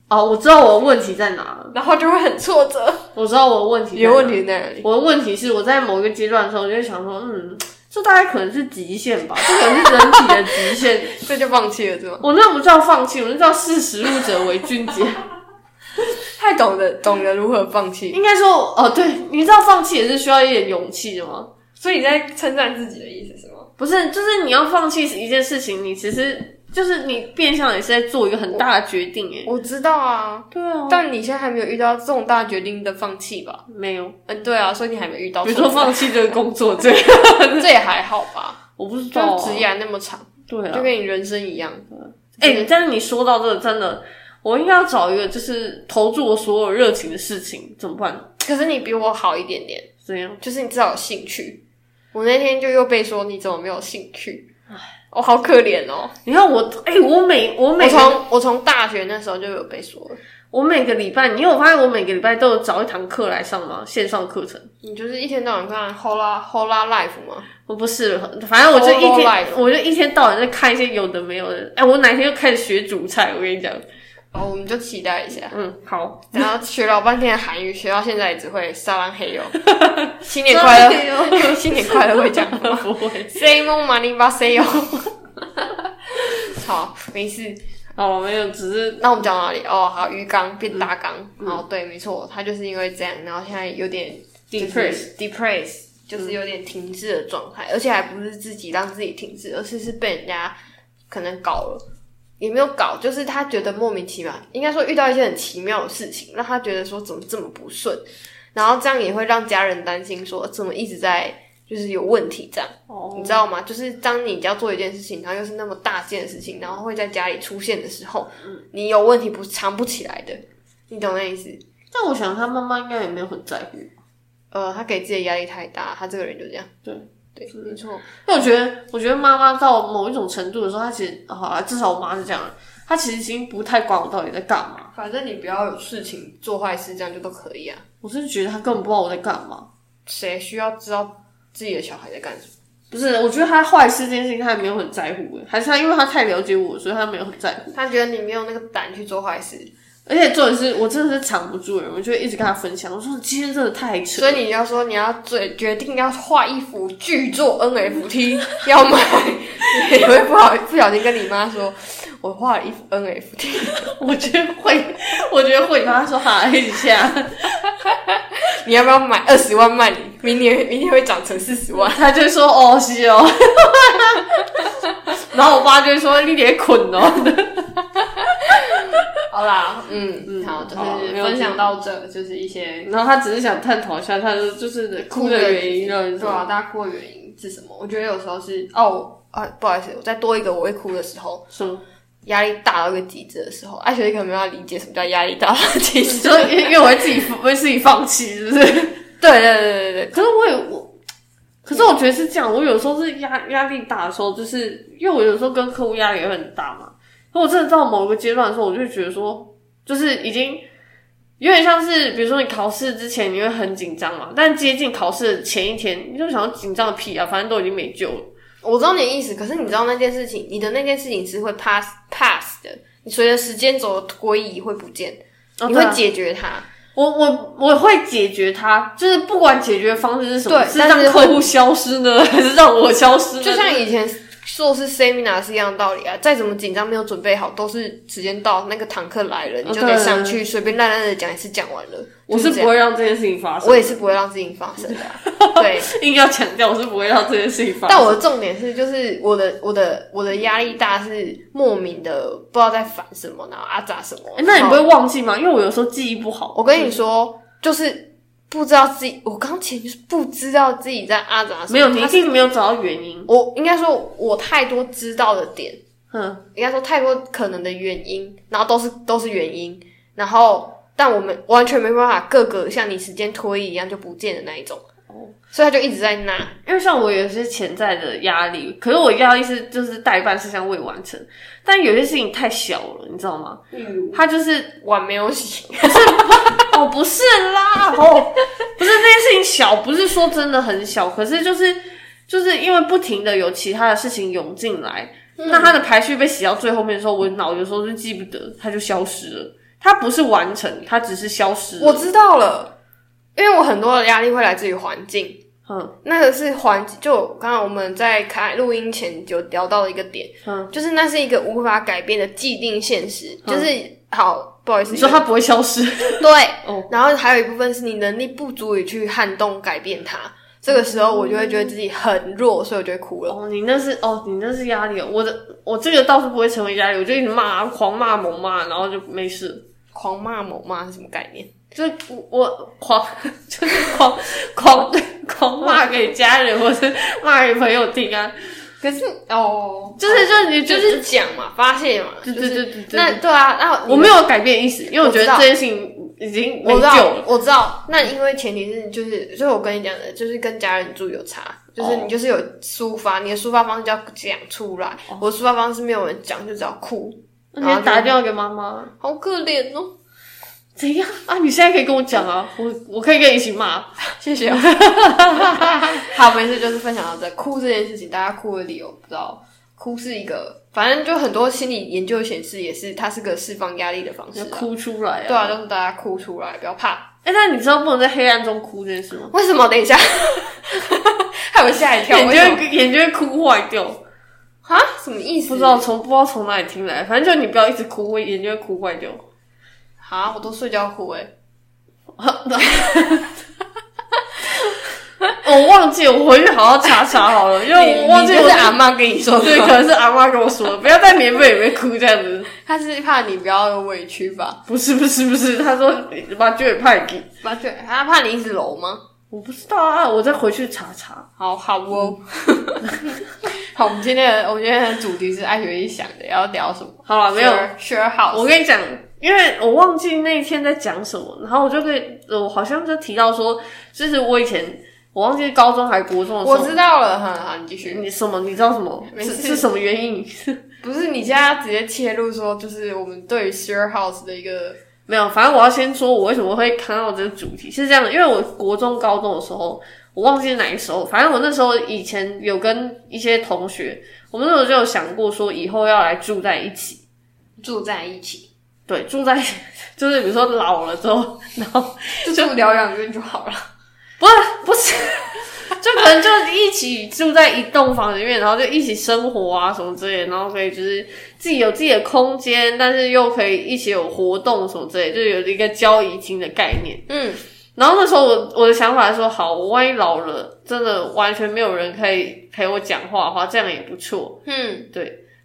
Speaker 1: 哦，我知道我的问题在哪了，
Speaker 2: 然后就会很挫折。
Speaker 1: 我知道我的问题在
Speaker 2: 你的
Speaker 1: 哪了。
Speaker 2: 问题在哪里？
Speaker 1: 我的问题是，我在某一个阶段的时候，我就会想说，嗯，这大概可能是极限吧，这可能是人体的极限。
Speaker 2: 所以就放弃了，是吗？
Speaker 1: 我那不叫放弃，我那叫视时务者为俊杰。
Speaker 2: 太懂得懂得如何放弃，
Speaker 1: 应该说，哦，对，你知道放弃也是需要一点勇气的吗？
Speaker 2: 所以你在称赞自己的意思是吗？
Speaker 1: 不是，就是你要放弃一件事情，你其实就是你变相也是在做一个很大的决定，哎，
Speaker 2: 我知道啊，
Speaker 1: 对啊，
Speaker 2: 但你现在还没有遇到这种大决定的放弃吧？
Speaker 1: 没有，
Speaker 2: 嗯，对啊，所以你还没遇到。
Speaker 1: 比如说放弃这个工作， 这个
Speaker 2: 这也还好 吧，
Speaker 1: 我不知道、
Speaker 2: 就是
Speaker 1: 啊
Speaker 2: 职，业那么长，
Speaker 1: 对啊
Speaker 2: 就，跟你人生一样。
Speaker 1: 哎、但是你说到这个，真的，我应该要找一个就是投注我所有热情的事情，怎么办？
Speaker 2: 可是你比我好一点点，
Speaker 1: 怎样？
Speaker 2: 就是你至少有兴趣。我那天就又被说你怎么没有兴趣，我、好可怜哦。
Speaker 1: 你看我，哎、我每我
Speaker 2: 我
Speaker 1: 每个
Speaker 2: 从我从大学那时候就有被说了，
Speaker 1: 我每个礼拜，你有发现我每个礼拜都有找一堂课来上吗？线上课程？
Speaker 2: 你就是一天到晚看 Hola Hola Life 吗？
Speaker 1: 我不是，反正我就一
Speaker 2: Solo
Speaker 1: 天
Speaker 2: life，
Speaker 1: 我就一天到晚在看一些有的没有的。哎、我哪天就开始学煮菜，我跟你讲，
Speaker 2: 哦，我们就期待一下。
Speaker 1: 嗯，好，
Speaker 2: 然后学老半天的韩语，学到现在也只会撒浪 嘿哟，新年快乐，
Speaker 1: 乐，
Speaker 2: 新年快乐会讲吗？
Speaker 1: 不会，
Speaker 2: Say more money, but say yo 好，没事。
Speaker 1: 好，没有，只是
Speaker 2: 那我们讲到哪里？哦，好，鱼缸变大缸。哦，对，没错，他就是因为这样，然后现在有点
Speaker 1: depress，
Speaker 2: depress，就是有点停滞的状态，而且还不是自己让自己停滞，而是是被人家可能搞了。也没有搞，就是他觉得莫名其妙，应该说遇到一些很奇妙的事情，让他觉得说怎么这么不顺，然后这样也会让家人担心说怎么一直在就是有问题这样。
Speaker 1: 哦
Speaker 2: 你，知道吗？就是当你要做一件事情，然后又是那么大件的事情，然后会在家里出现的时候，你有问题不藏不起来的，你懂那意思？
Speaker 1: 但我想他妈妈应该也没有很在乎，
Speaker 2: 呃，他给自己的压力太大，他这个人就这样。
Speaker 1: 对
Speaker 2: 对，没错。
Speaker 1: 因为我觉得，我觉得妈妈到某一种程度的时候，她其实好啦，至少我妈是这样的，她其实已经不太管我到底在干嘛。
Speaker 2: 反正你不要有事情做坏事，这样就都可以啊。
Speaker 1: 我是觉得她根本不知道我在干嘛。
Speaker 2: 谁需要知道自己的小孩在干什么？
Speaker 1: 不是，我觉得她坏事这件事情，她也没有很在乎，还是她因为她太了解我，所以她没有很在乎。
Speaker 2: 他觉得你没有那个胆去做坏事，
Speaker 1: 而且重点是我真的是藏不住人，我就会一直跟她分享。我说你今天真的太扯
Speaker 2: 所以你要说你要最决定要画一幅巨作 NFT 要买， 你会不好不小心跟你妈说，我画了一幅 NFT，
Speaker 1: 我觉得会，我觉得会。他说哈一下，
Speaker 2: 你要不要买二十万卖你？明年明天会涨成四十万。
Speaker 1: 他就说哦是哦， 然后我爸就会说你得捆哦。
Speaker 2: 好啦，嗯，好，就
Speaker 1: 好
Speaker 2: 是
Speaker 1: 哦没有
Speaker 2: 分享到这，就是一些
Speaker 1: 然后他只是想探讨一下，他说就是哭的原因让人
Speaker 2: 对啊，大家哭的原因是什么？我觉得有时候是哦啊，不好意思，我再多一个我会哭的时候，
Speaker 1: 什么？
Speaker 2: 压力大到一个极致的时候，艾雪莉可能没有办法理解什么叫压力大到极
Speaker 1: 你
Speaker 2: 致。
Speaker 1: 说因因为我会自己会自己放弃，是不是？
Speaker 2: 对对对对对，
Speaker 1: 可是我也我，可是我觉得是这样。我有时候是压压力大的时候，就是因为我有时候跟客户压力也很大嘛。可我真的到某个阶段的时候，我就会觉得说，就是已经有点像是，比如说你考试之前你会很紧张嘛，但接近考试的前一天，你就想要紧张个屁啊，反正都已经没救了。
Speaker 2: 我知道你的意思，可是你知道那件事情，你的那件事情是会 pass pass 的，你随着时间走的归移会不见，
Speaker 1: 哦
Speaker 2: 你
Speaker 1: 对
Speaker 2: 会
Speaker 1: 啊
Speaker 2: 解决它。
Speaker 1: 我我我会解决它，就是不管解决方式是什么，
Speaker 2: 对
Speaker 1: 是
Speaker 2: 但
Speaker 1: 让
Speaker 2: 是
Speaker 1: 客户消失呢， 还是让我消失呢？
Speaker 2: 就像以前硕士 seminar 是一样的道理啊，再怎么紧张没有准备好，都是时间到那个堂课来了，你就
Speaker 1: 哦对
Speaker 2: 得上去随便烂烂的讲一次，讲完了。
Speaker 1: 我
Speaker 2: 就是这
Speaker 1: 不
Speaker 2: 样
Speaker 1: 会让这件事情发生，
Speaker 2: 我也是不会让事情发生的 啊、对，
Speaker 1: 硬要强调我是不会让这件事情发生。
Speaker 2: 但我的重点是，就是我的我的我的压力大是莫名的不知道在烦什么，然后啊咋什么。
Speaker 1: 欸那你
Speaker 2: 然
Speaker 1: 不
Speaker 2: 后
Speaker 1: 会忘记吗？因为我有时候记忆不好。
Speaker 2: 我跟你说，就是不知道自己，我刚前就是不知道自己在啊咋什么。
Speaker 1: 没有，你一
Speaker 2: 他
Speaker 1: 定没有找到原因。
Speaker 2: 我应该说，我太多知道的点，
Speaker 1: 嗯，
Speaker 2: 应该说太多可能的原因，然后都是都是原因，然后但我们完全没办法各个像你时间推移一样就不见的那一种。
Speaker 1: 哦
Speaker 2: 所以他就一直在那，
Speaker 1: 因为像我有些潜在的压力，可是我压力是就是代办事项未完成，但有些事情太小了，你知道吗？
Speaker 2: 嗯，
Speaker 1: 它就是
Speaker 2: 碗没有洗，
Speaker 1: 哦，不是啦，哦，不是那件事情小，不是说真的很小，可是就是就是因为不停的有其他的事情涌进来，
Speaker 2: 嗯
Speaker 1: 那它的排序被洗到最后面的时候，我脑有时候就记不得，它就消失了。它不是完成，它只是消失了。
Speaker 2: 我知道了，因为我很多的压力会来自于环境，
Speaker 1: 嗯
Speaker 2: 那个是环，就刚刚我们在开录音前就聊到了一个点，
Speaker 1: 嗯，
Speaker 2: 就是那是一个无法改变的既定现实，就是好，不好意思，
Speaker 1: 嗯你说它不会消失，
Speaker 2: 对，
Speaker 1: 哦
Speaker 2: 然后还有一部分是你能力不足以去撼动改变它，这个时候我就会觉得自己很弱，所以我就会哭了。
Speaker 1: 哦，你那是哦，你那是压力哦。我的我这个倒是不会成为压力，我就一直骂，啊狂骂猛骂，然后就没事。
Speaker 2: 狂骂猛骂是什么概念？
Speaker 1: 就是我我狂 就是狂狂狂骂给家人或是骂给朋友听啊，
Speaker 2: 可是哦，
Speaker 1: 就是就是你就
Speaker 2: 就是是讲嘛，发泄嘛，
Speaker 1: 对
Speaker 2: 就是
Speaker 1: 对对对对
Speaker 2: 那对啊，那
Speaker 1: 我没有改变意思，因为我
Speaker 2: 我知
Speaker 1: 觉得
Speaker 2: 道
Speaker 1: 这件事情已经
Speaker 2: 我
Speaker 1: 没救
Speaker 2: 知道
Speaker 1: 了。，
Speaker 2: 我知道。那因为前提是就是，就是我跟你讲的，就是跟家人住有差，就是
Speaker 1: 哦
Speaker 2: 你就是有抒发，你的抒发方式就要讲出来。我的抒发方式没有人讲，就只要哭，
Speaker 1: 哦那你要打电话给妈妈，
Speaker 2: 好可怜哦。
Speaker 1: 怎样啊？你现在可以跟我讲啊，我我可以跟你一起骂。
Speaker 2: 谢谢。 好，没事，就是分享到这。哭这件事情，大家哭的理由不知道。哭是一个，反正就很多心理研究显示，也是它是个释放压力的方式
Speaker 1: 要
Speaker 2: 啊、
Speaker 1: 哭出来
Speaker 2: 对
Speaker 1: 啊！
Speaker 2: 啊，就是大家哭出来，不要怕。
Speaker 1: 哎、那你知道不能在黑暗中哭这件事吗？
Speaker 2: 为什么？等一下，害我吓一跳。
Speaker 1: 眼
Speaker 2: 为
Speaker 1: 睛
Speaker 2: 什么？
Speaker 1: 会眼睛会哭坏掉。
Speaker 2: 啊？什么意思？
Speaker 1: 不知道从不知道从哪里听来，反正就你不要一直哭，我眼睛会哭 坏掉。
Speaker 2: 啊，我都睡觉哭哎、
Speaker 1: 我哦忘记，我回去好好查查好了，因为我忘记
Speaker 2: 你就
Speaker 1: 我
Speaker 2: 是阿妈跟你说
Speaker 1: 对，
Speaker 2: 的
Speaker 1: 可
Speaker 2: 吗，
Speaker 1: 能是阿妈跟我说的，不要在棉被里面哭这样子。
Speaker 2: 他是怕你不要有委屈吧？
Speaker 1: 不是不是不是，他说把卷派给，
Speaker 2: 麻雀，他怕你一直揉吗？
Speaker 1: 我不知道啊，我再回去查查。
Speaker 2: 好好哦， 好，我们今天的我们今天的主题是爱学一想的，要聊什么？
Speaker 1: 好了，没有，
Speaker 2: 学好，
Speaker 1: 我跟你讲，因为我忘记那一天在讲什么，然后我就跟我好像就提到说，就是我以前我忘记高中还国中的时
Speaker 2: 我
Speaker 1: 候，
Speaker 2: 知道了，好好，你继续。
Speaker 1: 你什么你知道什么
Speaker 2: 没
Speaker 1: 是
Speaker 2: 事
Speaker 1: 是什么原因？
Speaker 2: 不是你现在直接切入说，就是我们对于 share house 的一个
Speaker 1: 没有，反正我要先说，我为什么会看到这个主题是这样的，因为我国中、高中的时候，我忘记是哪一时候，反正我那时候以前有跟一些同学，我们那时候就有想过说以后要来住在一起，
Speaker 2: 住在一起，
Speaker 1: 对，住在 就是比如说老了之后，然后
Speaker 2: 就住疗养院就好了。
Speaker 1: 不是不是，就可能就一起住在一栋房里面，然后就一起生活啊什么之类的，然后可以就是自己有自己的空间，但是又可以一起有活动什么之类的，就有一个交谊厅的概念。
Speaker 2: 嗯，
Speaker 1: 然后那时候我我的想法是说，好，我万一老了，真的完全没有人可以陪我讲话的话，这样也不错。
Speaker 2: 嗯，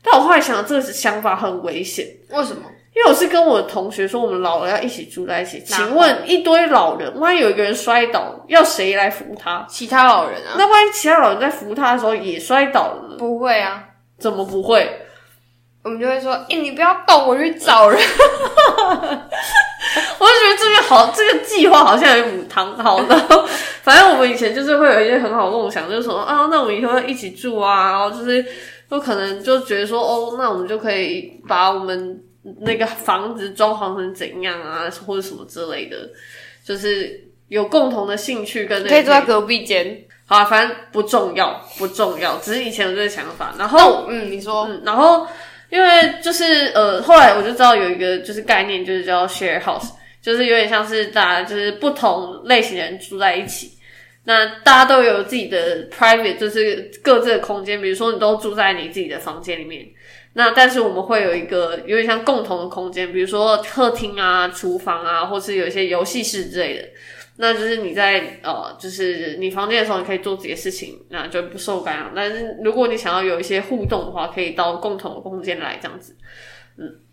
Speaker 1: 但我后来想，这个想法很危险，
Speaker 2: 为什么？
Speaker 1: 因为我是跟我的同学说，我们老了要一起住在一起。
Speaker 2: 然后
Speaker 1: 请问一堆老人，万一有一个人摔倒，要谁来扶他？
Speaker 2: 其他老人啊，
Speaker 1: 那万一其他老人在扶他的时候也摔倒了呢，
Speaker 2: 不会啊，
Speaker 1: 怎么不会？
Speaker 2: 我们就会说，哎、你不要动，我去找人。
Speaker 1: 我就觉得这边好，这个计划好像有母汤好然后 反正我们以前就是会有一些很好的梦想，就是说啊，那我们以后要一起住啊，然后就是就可能就觉得说哦，那我们就可以把我们那个房子装潢成怎样啊，或者什么之类的，就是有共同的兴趣跟那
Speaker 2: 可以住在隔
Speaker 1: 个。
Speaker 2: 壁间。
Speaker 1: 好啊，反正不重要，不重要，只是以前有这个想法。然后
Speaker 2: 哦，嗯，你说，
Speaker 1: 嗯，然后因为就是呃，后来我就知道有一个就是概念，就是叫 share house，就是有点像是大家就是不同类型的人住在一起。那大家都有自己的 private，就是各自的空间。比如说，你都住在你自己的房间里面，那但是我们会有一个有点像共同的空间，比如说客厅啊、厨房啊，或是有一些游戏室之类的。那就是你在呃，就是你房间的时候，你可以做自己的事情，那就不受干扰。但是如果你想要有一些互动的话，可以到共同的空间来这样子。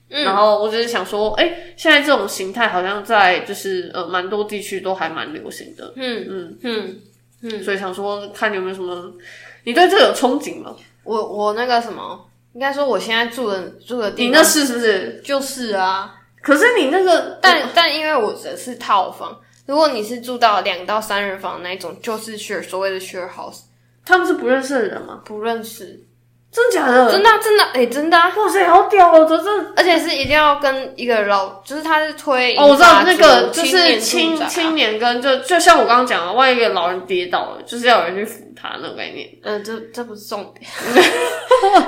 Speaker 1: 然
Speaker 2: 嗯，
Speaker 1: 后我只是想说，哎、现在这种形态好像在就是呃蛮多地区都还蛮流行的，
Speaker 2: 嗯嗯嗯，
Speaker 1: 所以想说看有没有什么，你对这个有憧憬吗？
Speaker 2: 我我那个什么，应该说我现在住的住的地方，
Speaker 1: 你那是是不是？
Speaker 2: 就是啊，
Speaker 1: 可是你那个
Speaker 2: 但但因为我的是套房，如果你是住到两到三人房那一种，就是 share 所谓的 share house，
Speaker 1: 他们是不认识的人吗？
Speaker 2: 不认识，
Speaker 1: 真假的？
Speaker 2: 真的啊、真的啊，哎、真的啊、
Speaker 1: 哇塞，好屌哦！这这
Speaker 2: 而且是一定要跟一个老，就是他是推
Speaker 1: 哦，我知道
Speaker 2: 银发
Speaker 1: 那
Speaker 2: 族
Speaker 1: 个就是
Speaker 2: 青年
Speaker 1: 青
Speaker 2: 住宅啊
Speaker 1: 青年跟就就像我刚刚讲的，万一一个老人跌倒了，就是要有人去扶他那种概念。
Speaker 2: 嗯，这这不是重 点，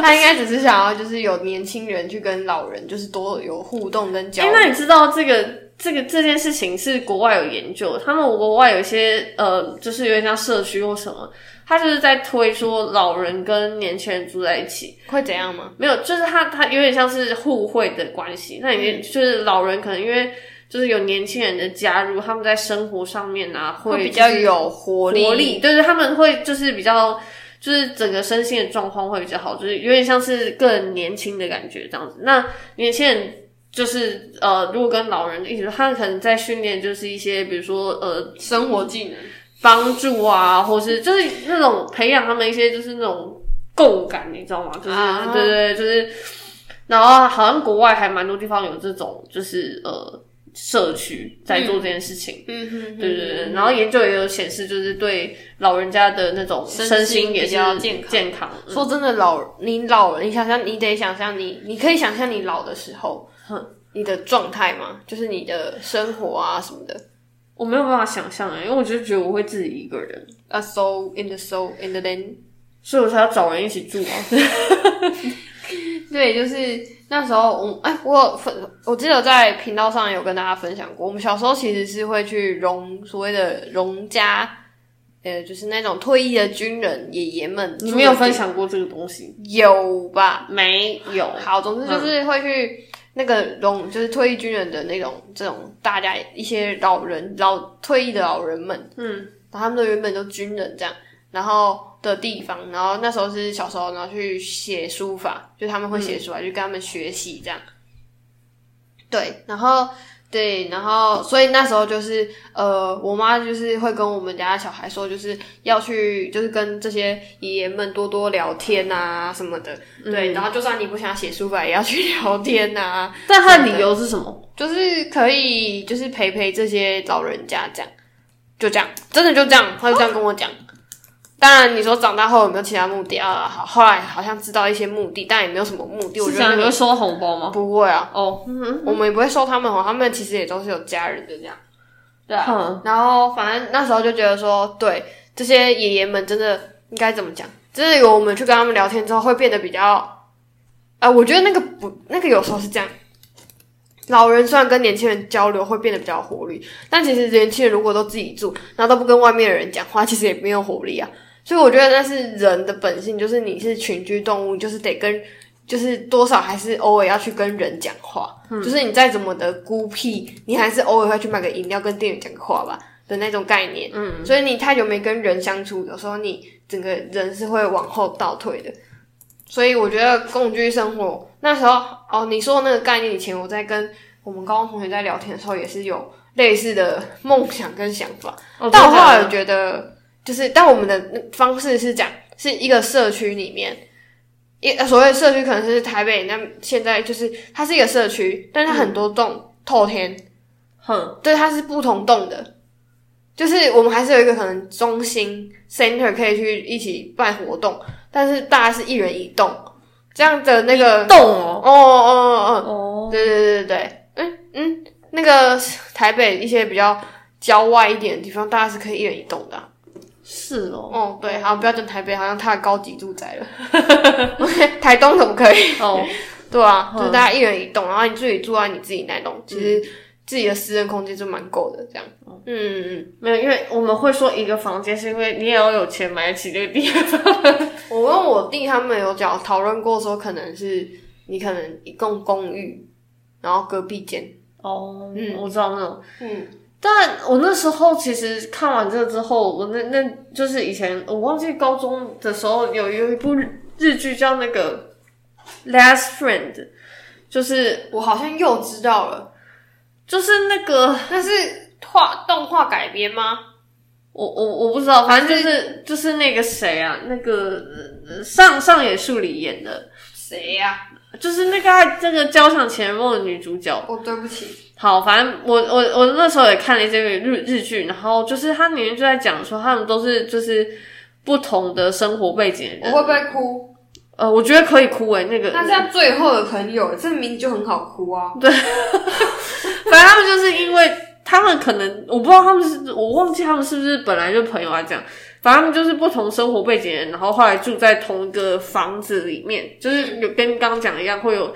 Speaker 2: 他应该只是想要就是有年轻人去跟老人就是多有互动跟交
Speaker 1: 哎、
Speaker 2: 流。
Speaker 1: 那你知道这个这个这件事情是国外有研究，他们国外有一些呃，就是有点像社区或什么，他就是在推说老人跟年轻人住在一起，
Speaker 2: 会怎样吗？
Speaker 1: 没有，就是他他有点像是互惠的关系。那你
Speaker 2: 嗯
Speaker 1: 就是老人可能因为就是有年轻人的加入，他们在生活上面啊
Speaker 2: 会比
Speaker 1: 就是
Speaker 2: 较有活力。
Speaker 1: 活力，对对，他们会就是比较，就是整个身心的状况会比较好，就是有点像是更年轻的感觉这样子。那年轻人就是呃，如果跟老人一起住，他们可能在训练就是一些，比如说呃，
Speaker 2: 生活技能，
Speaker 1: 帮助啊，或是就是那种培养他们一些就是那种共感，你知道吗？就是、
Speaker 2: 啊
Speaker 1: 对对对，就是。然后好像国外还蛮多地方有这种，就是呃社区在做这件事情。
Speaker 2: 嗯哼，
Speaker 1: 对对对，然后研究也有显示，就是对老人家的那种
Speaker 2: 身
Speaker 1: 身
Speaker 2: 心
Speaker 1: 心也
Speaker 2: 比
Speaker 1: 是
Speaker 2: 较健
Speaker 1: 健
Speaker 2: 康
Speaker 1: 康。嗯
Speaker 2: 说真的，老你老，你想象，你得想象你，你可以想象你老的时候，你的状态吗？就是你的生活啊什么的。
Speaker 1: 我没有办法想象哎，因为我就觉得我会自己一个人，
Speaker 2: A soul 啊 in the soul in the land。
Speaker 1: 所以我才要找人一起住啊。
Speaker 2: 对，就是那时候我哎、我有分，我记得在频道上有跟大家分享过，我们小时候其实是会去荣所谓的荣家，呃，就是那种退役的军人爷爷们住的地。
Speaker 1: 你没有分享过这个东西？
Speaker 2: 有吧？
Speaker 1: 没有。嗯
Speaker 2: 好，总之就是会去那个容，就是退役军人的那种这种大家一些老人老退役的老人们，
Speaker 1: 嗯，
Speaker 2: 然后他们都原本都军人这样，然后的地方，然后那时候是小时候，然后去写书
Speaker 1: 嗯
Speaker 2: 法，就他们会写书法，就跟他们学习这样。对，然后对，然后所以那时候就是呃，我妈就是会跟我们家小孩说，就是要去就是跟这些爷爷们多多聊天啊什么的，
Speaker 1: 嗯
Speaker 2: 对，然后就算你不想写书法，也要去聊天啊，
Speaker 1: 但他的理由是什么？
Speaker 2: 就是可以就是陪陪这些老人家这样，就这样，真的就这样，他就这样跟我讲。当然，你说长大后有没有其他目的啊？好，后来好像知道一些目的，但也没有什么目的。我
Speaker 1: 是
Speaker 2: 觉
Speaker 1: 想
Speaker 2: 得
Speaker 1: 你
Speaker 2: 那个
Speaker 1: 会收红包吗？
Speaker 2: 不会啊，
Speaker 1: 哦，
Speaker 2: 我们也不会收他们哦，他们其实也都是有家人的这样。对啊，
Speaker 1: 嗯
Speaker 2: 然后反正那时候就觉得说，对这些爷爷们真的应该怎么讲，就是有我们去跟他们聊天之后，会变得比较，啊、我觉得那个不，那个有时候是这样。老人虽然跟年轻人交流会变得比较有活力，但其实年轻人如果都自己住，然后都不跟外面的人讲话，其实也没有活力啊。所以我觉得那是人的本性，就是你是群居动物，就是得跟，就是多少还是偶尔要去跟人讲话。就是你再怎么的孤僻，你还是偶尔会去买个饮料跟店员讲个话吧的那种概念。嗯，所以你太久没跟人相处，有时候你整个人是会往后倒退的。所以我觉得共居生活那时候哦，你说的那个概念，以前我在跟我们高中同学在聊天的时候，也是有类似的梦想跟想法。
Speaker 1: 哦
Speaker 2: 但我后来
Speaker 1: 真的假的
Speaker 2: 有觉得，就是但我们的方式是讲是一个社区里面，一呃所谓社区可能是台北那现在就是它是一个社区，但它很多栋、透天，
Speaker 1: 哼，
Speaker 2: 对，它是不同栋的，就是我们还是有一个可能中心 center 可以去一起办活动，但是大家是一人一栋这样的那个
Speaker 1: 动哦，
Speaker 2: 哦哦哦，
Speaker 1: 哦，
Speaker 2: 对对对对对，嗯嗯，那个台北一些比较郊外一点的地方，大家是可以一人一栋的啊、
Speaker 1: 是哦，
Speaker 2: 哦，对，好，不要讲台北，好像太高级住宅 了。台东怎么可以？
Speaker 1: 哦，
Speaker 2: 对啊，就是
Speaker 1: 嗯
Speaker 2: 大家一人一栋，然后你自己住啊在你自己那栋，其实自己的私人空间就蛮够的，这样。嗯嗯嗯。
Speaker 1: 没有，因为我们会说一个房间，是因为你也要有钱买得起这个地方。
Speaker 2: 嗯 我跟我弟他们有讲讨论过，说可能是你可能一栋公寓，然后隔壁间。
Speaker 1: 哦，
Speaker 2: 嗯
Speaker 1: 我知道那种。
Speaker 2: 嗯，
Speaker 1: 但我那时候其实看完这之后，我那那就是以前我忘记高中的时候有有一部日剧叫那个《Last Friend》，就是
Speaker 2: 我好像又知道了，
Speaker 1: 就是那个
Speaker 2: 那是画动画改编吗？
Speaker 1: 我我我不知道，反正就是就是那个谁啊，那个呃上上野树里演的，
Speaker 2: 谁呀、
Speaker 1: 就是那个这个交响情人梦的女主角。
Speaker 2: 哦，对不起，
Speaker 1: 好，反正我我我那时候也看了这个日日剧，然后就是它里面就在讲说他们都是就是不同的生活背景的人。
Speaker 2: 不会哭？
Speaker 1: 呃，我觉得可以哭诶、那个
Speaker 2: 那这样最后的朋友，这名字就很好哭啊。
Speaker 1: 反正他们就是因为他们可能我不知道他们是我忘记他们是不是本来就朋友啊这样，反正他们就是不同生活背景的人，然后后来住在同一个房子里面，就是有跟刚刚讲的一样会有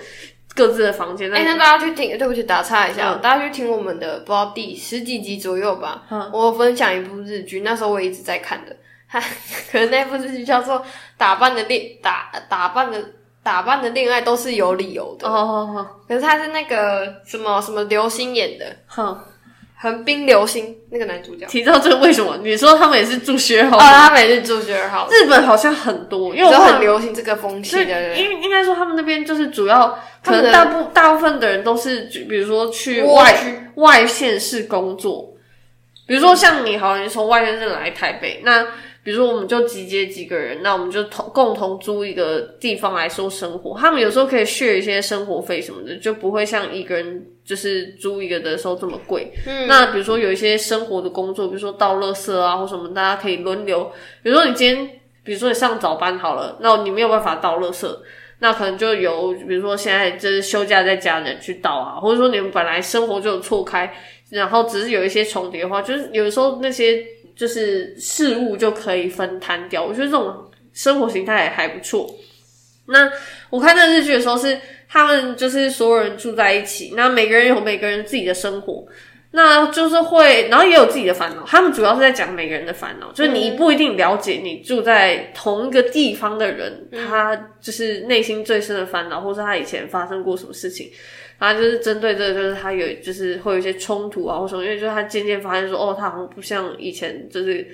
Speaker 1: 各自的房间。
Speaker 2: 哎、那大家去听，对不起，打岔一下，
Speaker 1: 嗯
Speaker 2: 大家去听我们的不知道第十几集左右吧。我分享一部日剧，那时候我一直在看的， 它可能那部日剧叫做《打扮的恋打打扮的打扮的恋爱都是有理由的》
Speaker 1: 哦哦
Speaker 2: 可是他是那个什么什么流星演的，
Speaker 1: 哦，哼，
Speaker 2: 横滨流星那个男主角。
Speaker 1: 提到这个为什么？你说他们也是住学
Speaker 2: 哦，
Speaker 1: 好吗？
Speaker 2: 他每日住学二号，
Speaker 1: 日本好像很多，因
Speaker 2: 就
Speaker 1: 为我后来
Speaker 2: 很流行这个风气
Speaker 1: 所以
Speaker 2: 的。
Speaker 1: 应应该说他们那边就是主要，
Speaker 2: 他
Speaker 1: 可
Speaker 2: 们
Speaker 1: 能大部大部分的人都是去，比如说去
Speaker 2: 蜗
Speaker 1: 外外县市工作，比如说像你好，你从外县市来台北，那比如说我们就集结几个人，那我们就同共同租一个地方来说生活，他们有时候可以 share 一些生活费什么的，就不会像一个人就是租一个的时候这么贵。
Speaker 2: 嗯，
Speaker 1: 那比如说有一些生活的工作，比如说倒垃圾啊或什么，大家可以轮流。比如说你今天，比如说你上早班好了，那你没有办法倒垃圾，那可能就由比如说现在就是休假在家的人去倒啊，或者说你们本来生活就有错开，然后只是有一些重叠的话，就是有时候那些就是事物就可以分摊掉。我觉得这种生活形态也还不错。那我看那日剧的时候是他们就是所有人住在一起，那每个人有每个人自己的生活，那就是会，然后也有自己的烦恼。他们主要是在讲每个人的烦恼，就是你不一定了解你住在同一个地方的人，他就是内心最深的烦恼，或是他以前发生过什么事情。然后就是针对这个，就是他有就是会有一些冲突啊，或什么，因为就是他渐渐发现说，哦，他好像不像以前，就是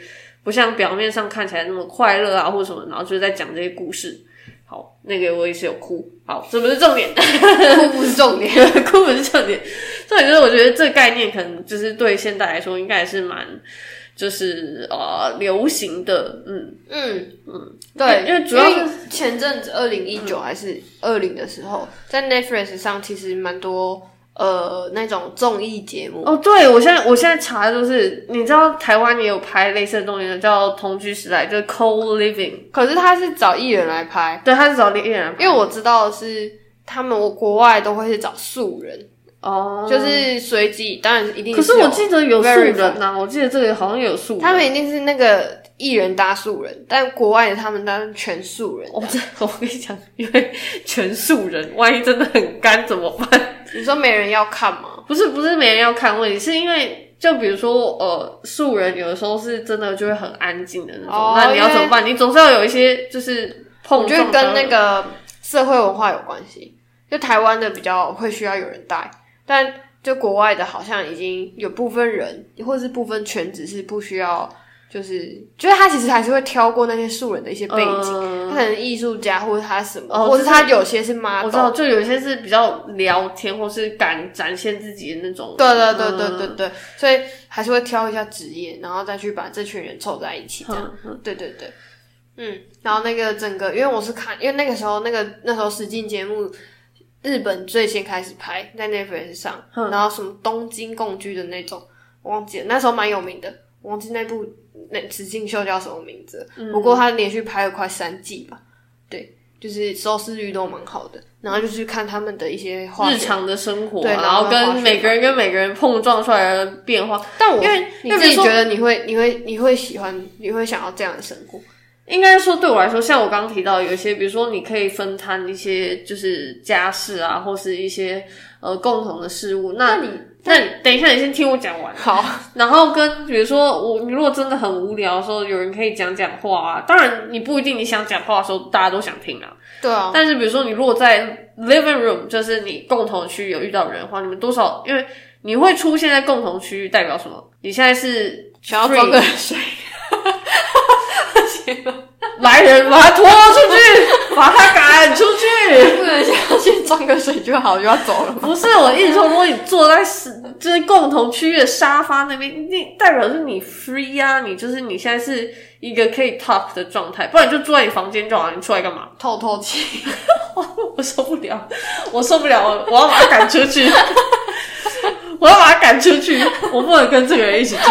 Speaker 1: 不像表面上看起来那么快乐啊，或者什么。然后就是在讲这些故事。好， 那个我也是有哭。好，这不是重点。
Speaker 2: 哭不是重点。
Speaker 1: 哭不是重点，对，就是我觉得这个概念可能就是对现代来说应该也是蛮就是呃流行的，嗯，
Speaker 2: 嗯嗯，对，
Speaker 1: 因为嗯主要是
Speaker 2: 因为前阵子二零一九还是二零的时候，在 Netflix 上其实蛮多呃那种综艺节目，
Speaker 1: 哦，对，我现在我现在查的就是，你知道台湾也有拍类似的东西的，叫《同居时代》，就是 co living，
Speaker 2: 可是他是找艺人来拍，
Speaker 1: 对，他是找恋人拍，
Speaker 2: 因为我知道的是他们国外都会是找素人，
Speaker 1: 哦，
Speaker 2: 就是随机，当然一定
Speaker 1: 可是
Speaker 2: 有
Speaker 1: 我记得有素
Speaker 2: Very
Speaker 1: 人呐、我记得这里好像有素人，
Speaker 2: 他们一定是那个艺人搭素人，但国外的他们当然全素人。
Speaker 1: 我这哦我跟你讲，因为全素人，万一真的很干怎么办？
Speaker 2: 你说没人要看吗？
Speaker 1: 不是不是没人要看问题，是因为就比如说呃，素人有的时候是真的就会很安静的那种，
Speaker 2: 哦
Speaker 1: 那你要
Speaker 2: 因为
Speaker 1: 怎么办？你总是要有一些就是碰
Speaker 2: 我觉
Speaker 1: 撞
Speaker 2: 得
Speaker 1: 到，
Speaker 2: 跟那个社会文化有关系，就台湾的比较会需要有人带，但就国外的好像已经有部分人或是部分圈子是不需要，就是就是他其实还是会挑过那些素人的一些背景，
Speaker 1: 嗯
Speaker 2: 他可能艺术家或者他什么，
Speaker 1: 哦
Speaker 2: 或是
Speaker 1: 就是
Speaker 2: 他有些是 model，
Speaker 1: 我知道，就有一些是比较聊天或是敢展现自己的那种。
Speaker 2: 对对对对
Speaker 1: 嗯
Speaker 2: 对对，所以还是会挑一下职业，然后再去把这群人凑在一起，这样。对对对，嗯，然后那个整个，因为我是看，因为那个时候那个那时候实境节目，日本最先开始拍在 Netflix 上，然后什么东京共居的那种，我忘记了，那时候蛮有名的，我忘记那部那实境秀叫什么名字了，不过它连续拍了快三季吧，对，就是收视率都蛮好的，然后就去看他们的一些化
Speaker 1: 日
Speaker 2: 学
Speaker 1: 常的生活啊，
Speaker 2: 对
Speaker 1: 然
Speaker 2: 然后
Speaker 1: 后跟
Speaker 2: 化学
Speaker 1: 每个人跟每个人碰撞出来的变化，
Speaker 2: 但我
Speaker 1: 因为
Speaker 2: 你
Speaker 1: 因为
Speaker 2: 自
Speaker 1: 比
Speaker 2: 己
Speaker 1: 如说
Speaker 2: 觉得你会你会你会喜欢你会想要这样的生活，
Speaker 1: 应该说对我来说，像我刚刚提到有一些，比如说你可以分摊一些就是家事啊，或是一些呃共同的事物。那
Speaker 2: 你
Speaker 1: 那你等一下，你先听我讲完。
Speaker 2: 好，
Speaker 1: 然后跟比如说我，你如果真的很无聊的时候，有人可以讲讲话啊。当然，你不一定你想讲话的时候大家都想听啊。
Speaker 2: 对啊，
Speaker 1: 但是比如说你如果在 living room，就是你共同区有遇到人的话，你们多少因为你会出现在共同区域，代表什么？你现在是
Speaker 2: 想要
Speaker 1: free
Speaker 2: 装个水，
Speaker 1: 来人，把他拖出去，把他赶出 去。
Speaker 2: 不能想要去装个水就好，就要走了吗？
Speaker 1: 不是我意思说，如果你坐在是就是共同区域的沙发那边，那代表是你 free 啊，你就是你现在是一个可以 talk 的状态，不然你就坐在你房间就好了，你出来干嘛？
Speaker 2: 透透气，
Speaker 1: 我受不了，我受不了，我我要把他赶出去， 我要把他赶出去，我不能跟这个人一起住。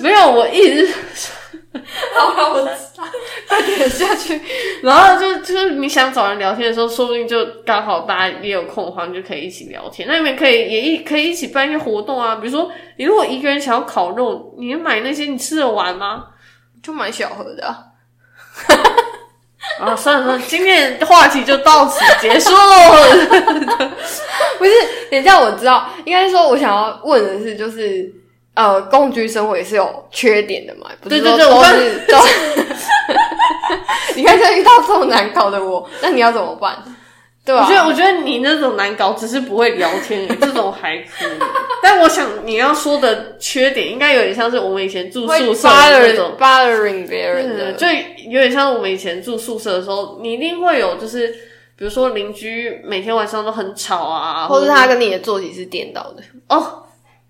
Speaker 1: 没有，我一直，
Speaker 2: 好了，我知道， 快点下去。
Speaker 1: 然后就就是你想找人聊天的时候，说不定就刚好大家也有空的话，你就可以一起聊天。那你们可以也一可以一起办一些活动啊，比如说你如果一个人想要烤肉，你买那些你吃得完吗？
Speaker 2: 就蛮小盒的啊、
Speaker 1: 啊，算了算了，今天的话题就到此结束了。
Speaker 2: 不是？等一下，我知道，应该说，我想要问的是，就是呃，共居生活也是有缺点的嘛，不是
Speaker 1: 对对
Speaker 2: 说
Speaker 1: 对我
Speaker 2: 都
Speaker 1: 刚
Speaker 2: 是 都。你看，像遇到这么难搞的我，那你要怎么办？ 对吧、啊
Speaker 1: 我觉得我觉得你那种难搞，只是不会聊天而已，这种还可以。但我想你要说的缺点，应该有点像是我们以前住
Speaker 2: 会
Speaker 1: 宿舍的那
Speaker 2: bother-
Speaker 1: 种
Speaker 2: bothering 别人的，
Speaker 1: 嗯，就有点像我们以前住宿舍的时候，你一定会有就是，比如说邻居每天晚上都很吵啊，
Speaker 2: 或是他跟你的作息是颠倒的。
Speaker 1: 哦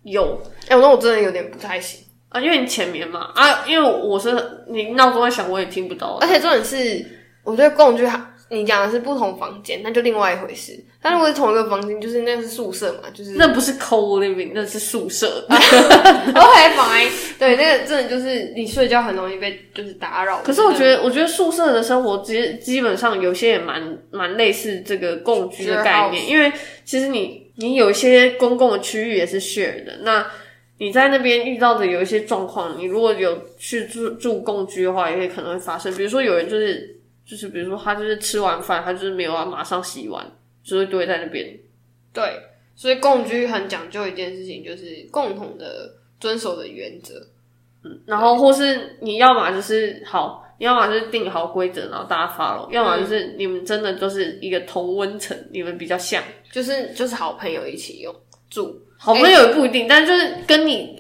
Speaker 1: 有
Speaker 2: 哎、我那我真的有点不太行，
Speaker 1: 啊，因为你前面嘛啊，因为我是你闹钟在响，我也听不到
Speaker 2: 而。且重点是，我觉得共居还你讲的是不同房间，那就另外一回事。但如果是同一个房间，就是那是宿舍嘛， 就是
Speaker 1: 那不是 co living，那是宿舍。
Speaker 2: OK fine。对，那个真的就是你睡觉很容易被就是打扰。
Speaker 1: 可是我觉得，我觉得宿舍的生活其实基本上有些也蛮蛮类似这个共居的概
Speaker 2: Share
Speaker 1: 念，因为其实你你有一些公共的区域也是 share 的，那你在那边遇到的有一些状况，你如果有去住住共居的话，也可能会发生，比如说有人就是就是比如说他就是吃完饭，他就是没有要马上洗碗，就会堆在那边。
Speaker 2: 对，所以共居很讲究一件事情，就是共同的遵守的原则。
Speaker 1: 嗯然后或是你要么就是好，你要么就是定好规则，然后大家 follow，要么就是你们真的就是一个同温层，你们比较像。
Speaker 2: 就是就是好朋友一起用住，
Speaker 1: 好朋友也不一定，但就是跟你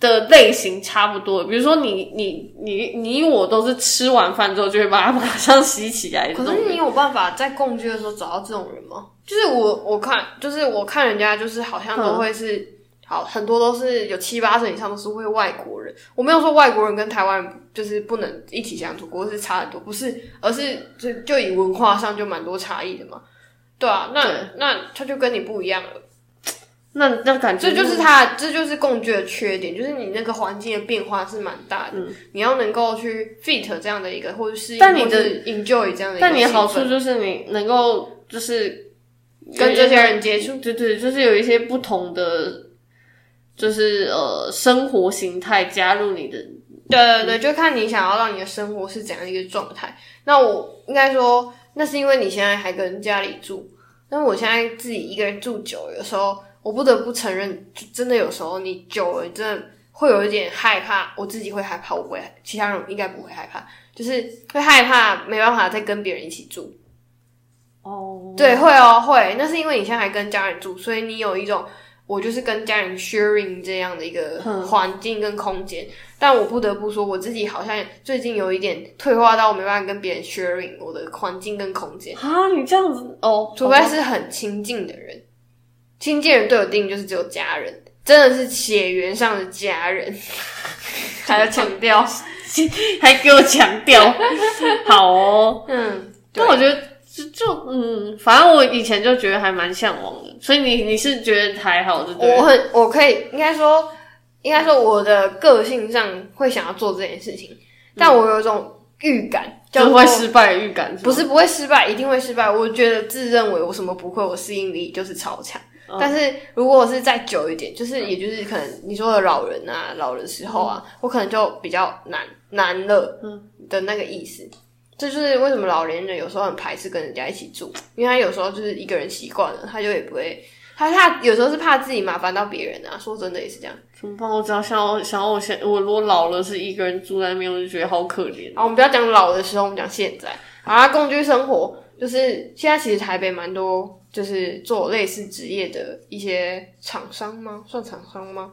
Speaker 1: 的类型差不多，比如说你你你你我都是吃完饭之后就会把它马上洗起来的
Speaker 2: 可
Speaker 1: 东西。
Speaker 2: 是你有办法在共居的时候找到这种人吗？就是我我看就是我看人家就是好像都
Speaker 1: 嗯
Speaker 2: 会是、好很多都是有七八成以上都是会外国人。我没有说外国人跟台湾人就是不能一起相处，或是差很多，不是，而是就就以文化上就蛮多差异的嘛。对啊，那
Speaker 1: 对嗯
Speaker 2: 那他就跟你不一样了，
Speaker 1: 那那感觉
Speaker 2: 这就是他，这就是共居的缺点，就是你那个环境的变化是蛮大的，你要能够去 fit 这样的一个，或者是
Speaker 1: 嗯但你的
Speaker 2: enjoy 这样的一个气氛，
Speaker 1: 但你的好处就是你能够就是
Speaker 2: 跟这些人接触。
Speaker 1: 对对，就是有一些不同的，就是呃生活形态加入你的，
Speaker 2: 对对对，就看你想要让你的生活是怎样一个状态。那我应该说，那是因为你现在还跟家里住，但我现在自己一个人住久，有时候我不得不承认，就真的有时候你久了，真的会有一点害怕。我自己会害怕，我不会，其他人应该不会害怕，就是会害怕没办法再跟别人一起住。
Speaker 1: 哦，
Speaker 2: 对，会哦，会。那是因为你现在还跟家人住，所以你有一种我就是跟家人 sharing 这样的一个环境跟空间。但我不得不说，我自己好像最近有一点退化到我没办法跟别人 sharing 我的环境跟空间，
Speaker 1: 啊，你这样子哦，
Speaker 2: 除非是很亲近的人。亲近人对我定义就是只有家人，真的是血缘上的家 人，还要强调。
Speaker 1: 还给我强 调，好哦。
Speaker 2: 嗯，对
Speaker 1: 但我觉得就就嗯，反正我以前就觉得还蛮向往的，所以你你是觉得还好，对不对
Speaker 2: 我？很我可以应该说，应该说我的个性上会想要做这件事情，但我有一种预感，
Speaker 1: 嗯
Speaker 2: 叫
Speaker 1: 就是
Speaker 2: 做
Speaker 1: 会失败的预感吗
Speaker 2: 不是不会失败，一定会失败。我觉得自认为我什么不会，我适应力就是超强。但是如果我是再久一点，就是也就是可能你说的老人啊，老人时候啊，我可能就比较难难了，嗯的那个意思。这就是为什么老年人有时候很排斥跟人家一起住，因为他有时候就是一个人习惯了，他就也不会，他怕有时候是怕自己麻烦到别人啊。说真的也是这样。
Speaker 1: 怎么办？我只要想要想要我现我如果老了是一个人住在那边，我就觉得好可怜。
Speaker 2: 啊，我们不要讲老的时候，我们讲现在。啊，共居生活就是现在，其实台北蛮多就是做类似职业的一些厂商吗？算厂商吗？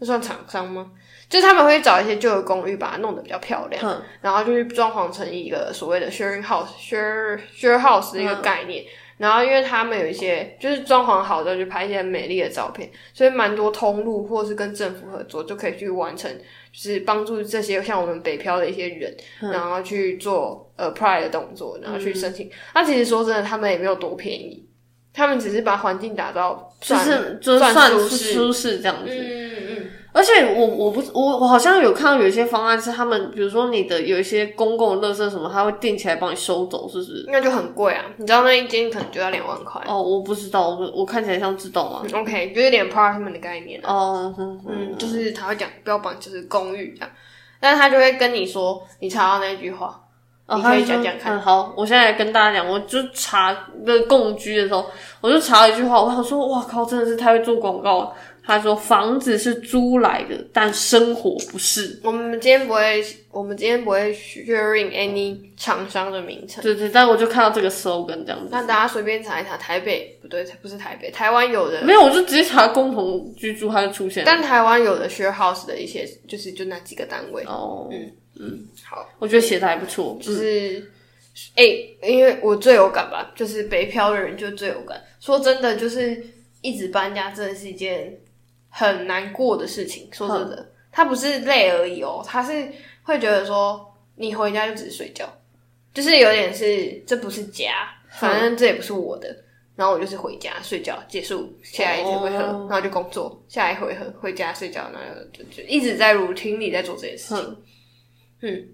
Speaker 2: 这算厂商吗？就是他们会找一些旧的公寓，把它弄得比较漂亮，
Speaker 1: 嗯
Speaker 2: 然后就是装潢成一个所谓的 sharing house、share share house 的一个概念。然后，因为他们有一些就是装潢好之后，就拍一些很美丽的照片，所以蛮多通路或是跟政府合作，就可以去完成，就是帮助这些像我们北漂的一些人，然后去做 apply 的动作，然后去申请。那其实说真的，他们也没有多便宜，他们只是把环境打造
Speaker 1: 就
Speaker 2: 算
Speaker 1: 是就是
Speaker 2: 算
Speaker 1: 算
Speaker 2: 舒适
Speaker 1: 舒适这样子，
Speaker 2: 嗯嗯
Speaker 1: 而且我我不我我好像有看到有一些方案是他们，比如说你的有一些公共垃圾什么，他会定期来帮你收走，是不是？
Speaker 2: 那就很贵啊！你知道那一间可能就要两万块。嗯
Speaker 1: 哦，我不知道，我我看起来像知道吗？
Speaker 2: OK，就有点 apartment 的概念啊。
Speaker 1: 哦，嗯嗯
Speaker 2: 嗯，就是他会讲标榜就是公寓这样，但是他就会跟你说，你查到那句话，
Speaker 1: 哦
Speaker 2: 你可以
Speaker 1: 他就
Speaker 2: 讲讲看
Speaker 1: 嗯，好，我现在来跟大家讲，我就查那个共居的时候，我就查了一句话，我想说，哇靠，真的是太会做广告了。他说房子是租来的，但生活不是。
Speaker 2: 我们今天不会，我们今天不会 sharing any 厂商的名称。
Speaker 1: 对对，但我就看到这个 slogan 这样子，
Speaker 2: 那大家随便查一查，台北不对，不是台北，台湾有的，
Speaker 1: 没有，我就直接查共同居住，它就出现了。
Speaker 2: 但台湾有的 share house 的一些，就是就那几个单位。
Speaker 1: 哦，
Speaker 2: 好，
Speaker 1: 我觉得写的还不错，
Speaker 2: 就是，哎、因为我最有感吧，就是北漂的人就最有感。说真的，就是一直搬家真的是一件很难过的事情。说真的，他不是累而已哦，他是会觉得说你回家就只是睡觉，就是有点是这不是家，反
Speaker 1: 嗯
Speaker 2: 正这也不是我的。然后我就是回家睡觉，结束下一回合，
Speaker 1: 哦
Speaker 2: 然后就工作，下一回合回家睡觉，然后就就一直在 routine 里在做这件事情。
Speaker 1: 嗯
Speaker 2: 嗯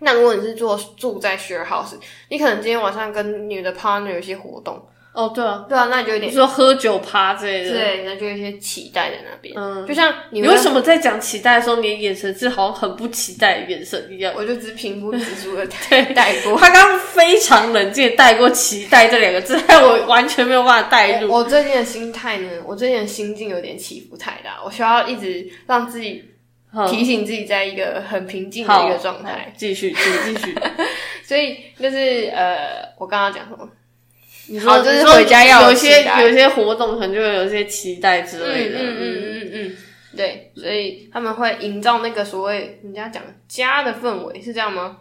Speaker 2: 那如果你是做住在 share house，你可能今天晚上跟你的 partner 有一些活动，
Speaker 1: 哦，对啊，
Speaker 2: 对啊，那你就有
Speaker 1: 你
Speaker 2: 点
Speaker 1: 说喝酒趴之类的，
Speaker 2: 对，那就有一些期待在那边。
Speaker 1: 嗯，
Speaker 2: 就像你
Speaker 1: 你为什么在讲期待的时候，你的眼神是好像很不期待的眼神一样？
Speaker 2: 我就只是平铺直述 的带过。
Speaker 1: 他刚刚非常冷静地带过“期待”这两个字， 害我完全没有办法带入。
Speaker 2: 我最近的心态呢，我最近的心境有点起伏太大，我需要一直让自己
Speaker 1: 好
Speaker 2: 提醒自己在一个很平静的
Speaker 1: 好
Speaker 2: 一个状态。，
Speaker 1: 好继续，请 继续。
Speaker 2: 所以就是呃，我刚刚讲什么？
Speaker 1: 你
Speaker 2: 好就是
Speaker 1: 你说
Speaker 2: 回家要有
Speaker 1: 有一些
Speaker 2: 期待
Speaker 1: 有一些活动，可能就会有一些期待之类的。
Speaker 2: 嗯嗯
Speaker 1: 嗯
Speaker 2: 嗯嗯嗯嗯，对，所以他们会营造那个所谓人家讲家的氛围，是这样吗？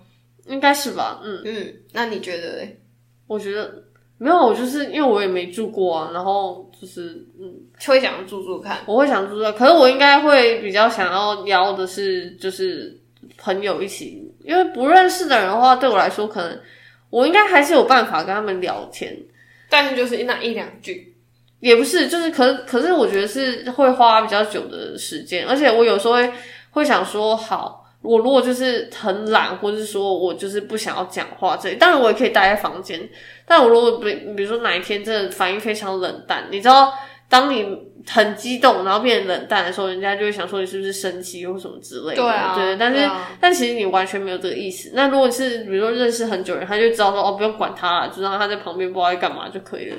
Speaker 1: 应该是吧？嗯，
Speaker 2: 嗯，那你觉得嘞？
Speaker 1: 我觉得没有，我就是因为我也没住过啊，然后就是嗯，
Speaker 2: 就会想要住住看，
Speaker 1: 我会想住的，可是我应该会比较想要邀的是就是朋友一起，因为不认识的人的话，对我来说可能我应该还是有办法跟他们聊天，
Speaker 2: 但是就是那一两句，
Speaker 1: 也不是，就是可可是我觉得是会花比较久的时间，而且我有时候会会想说，好，我如果就是很懒，或是说我就是不想要讲话这类，当然我也可以待在房间，但我如果比比如说哪一天真的反应非常冷淡，你知道，当你很激动然后变得冷淡的时候，人家就会想说你是不是生气或什么之类的，
Speaker 2: 对啊
Speaker 1: 对，但是、
Speaker 2: 对啊
Speaker 1: 但其实你完全没有这个意思。那如果是比如说认识很久的人，他就知道说哦，不用管他了，就让他在旁边不知道在干嘛就可以了。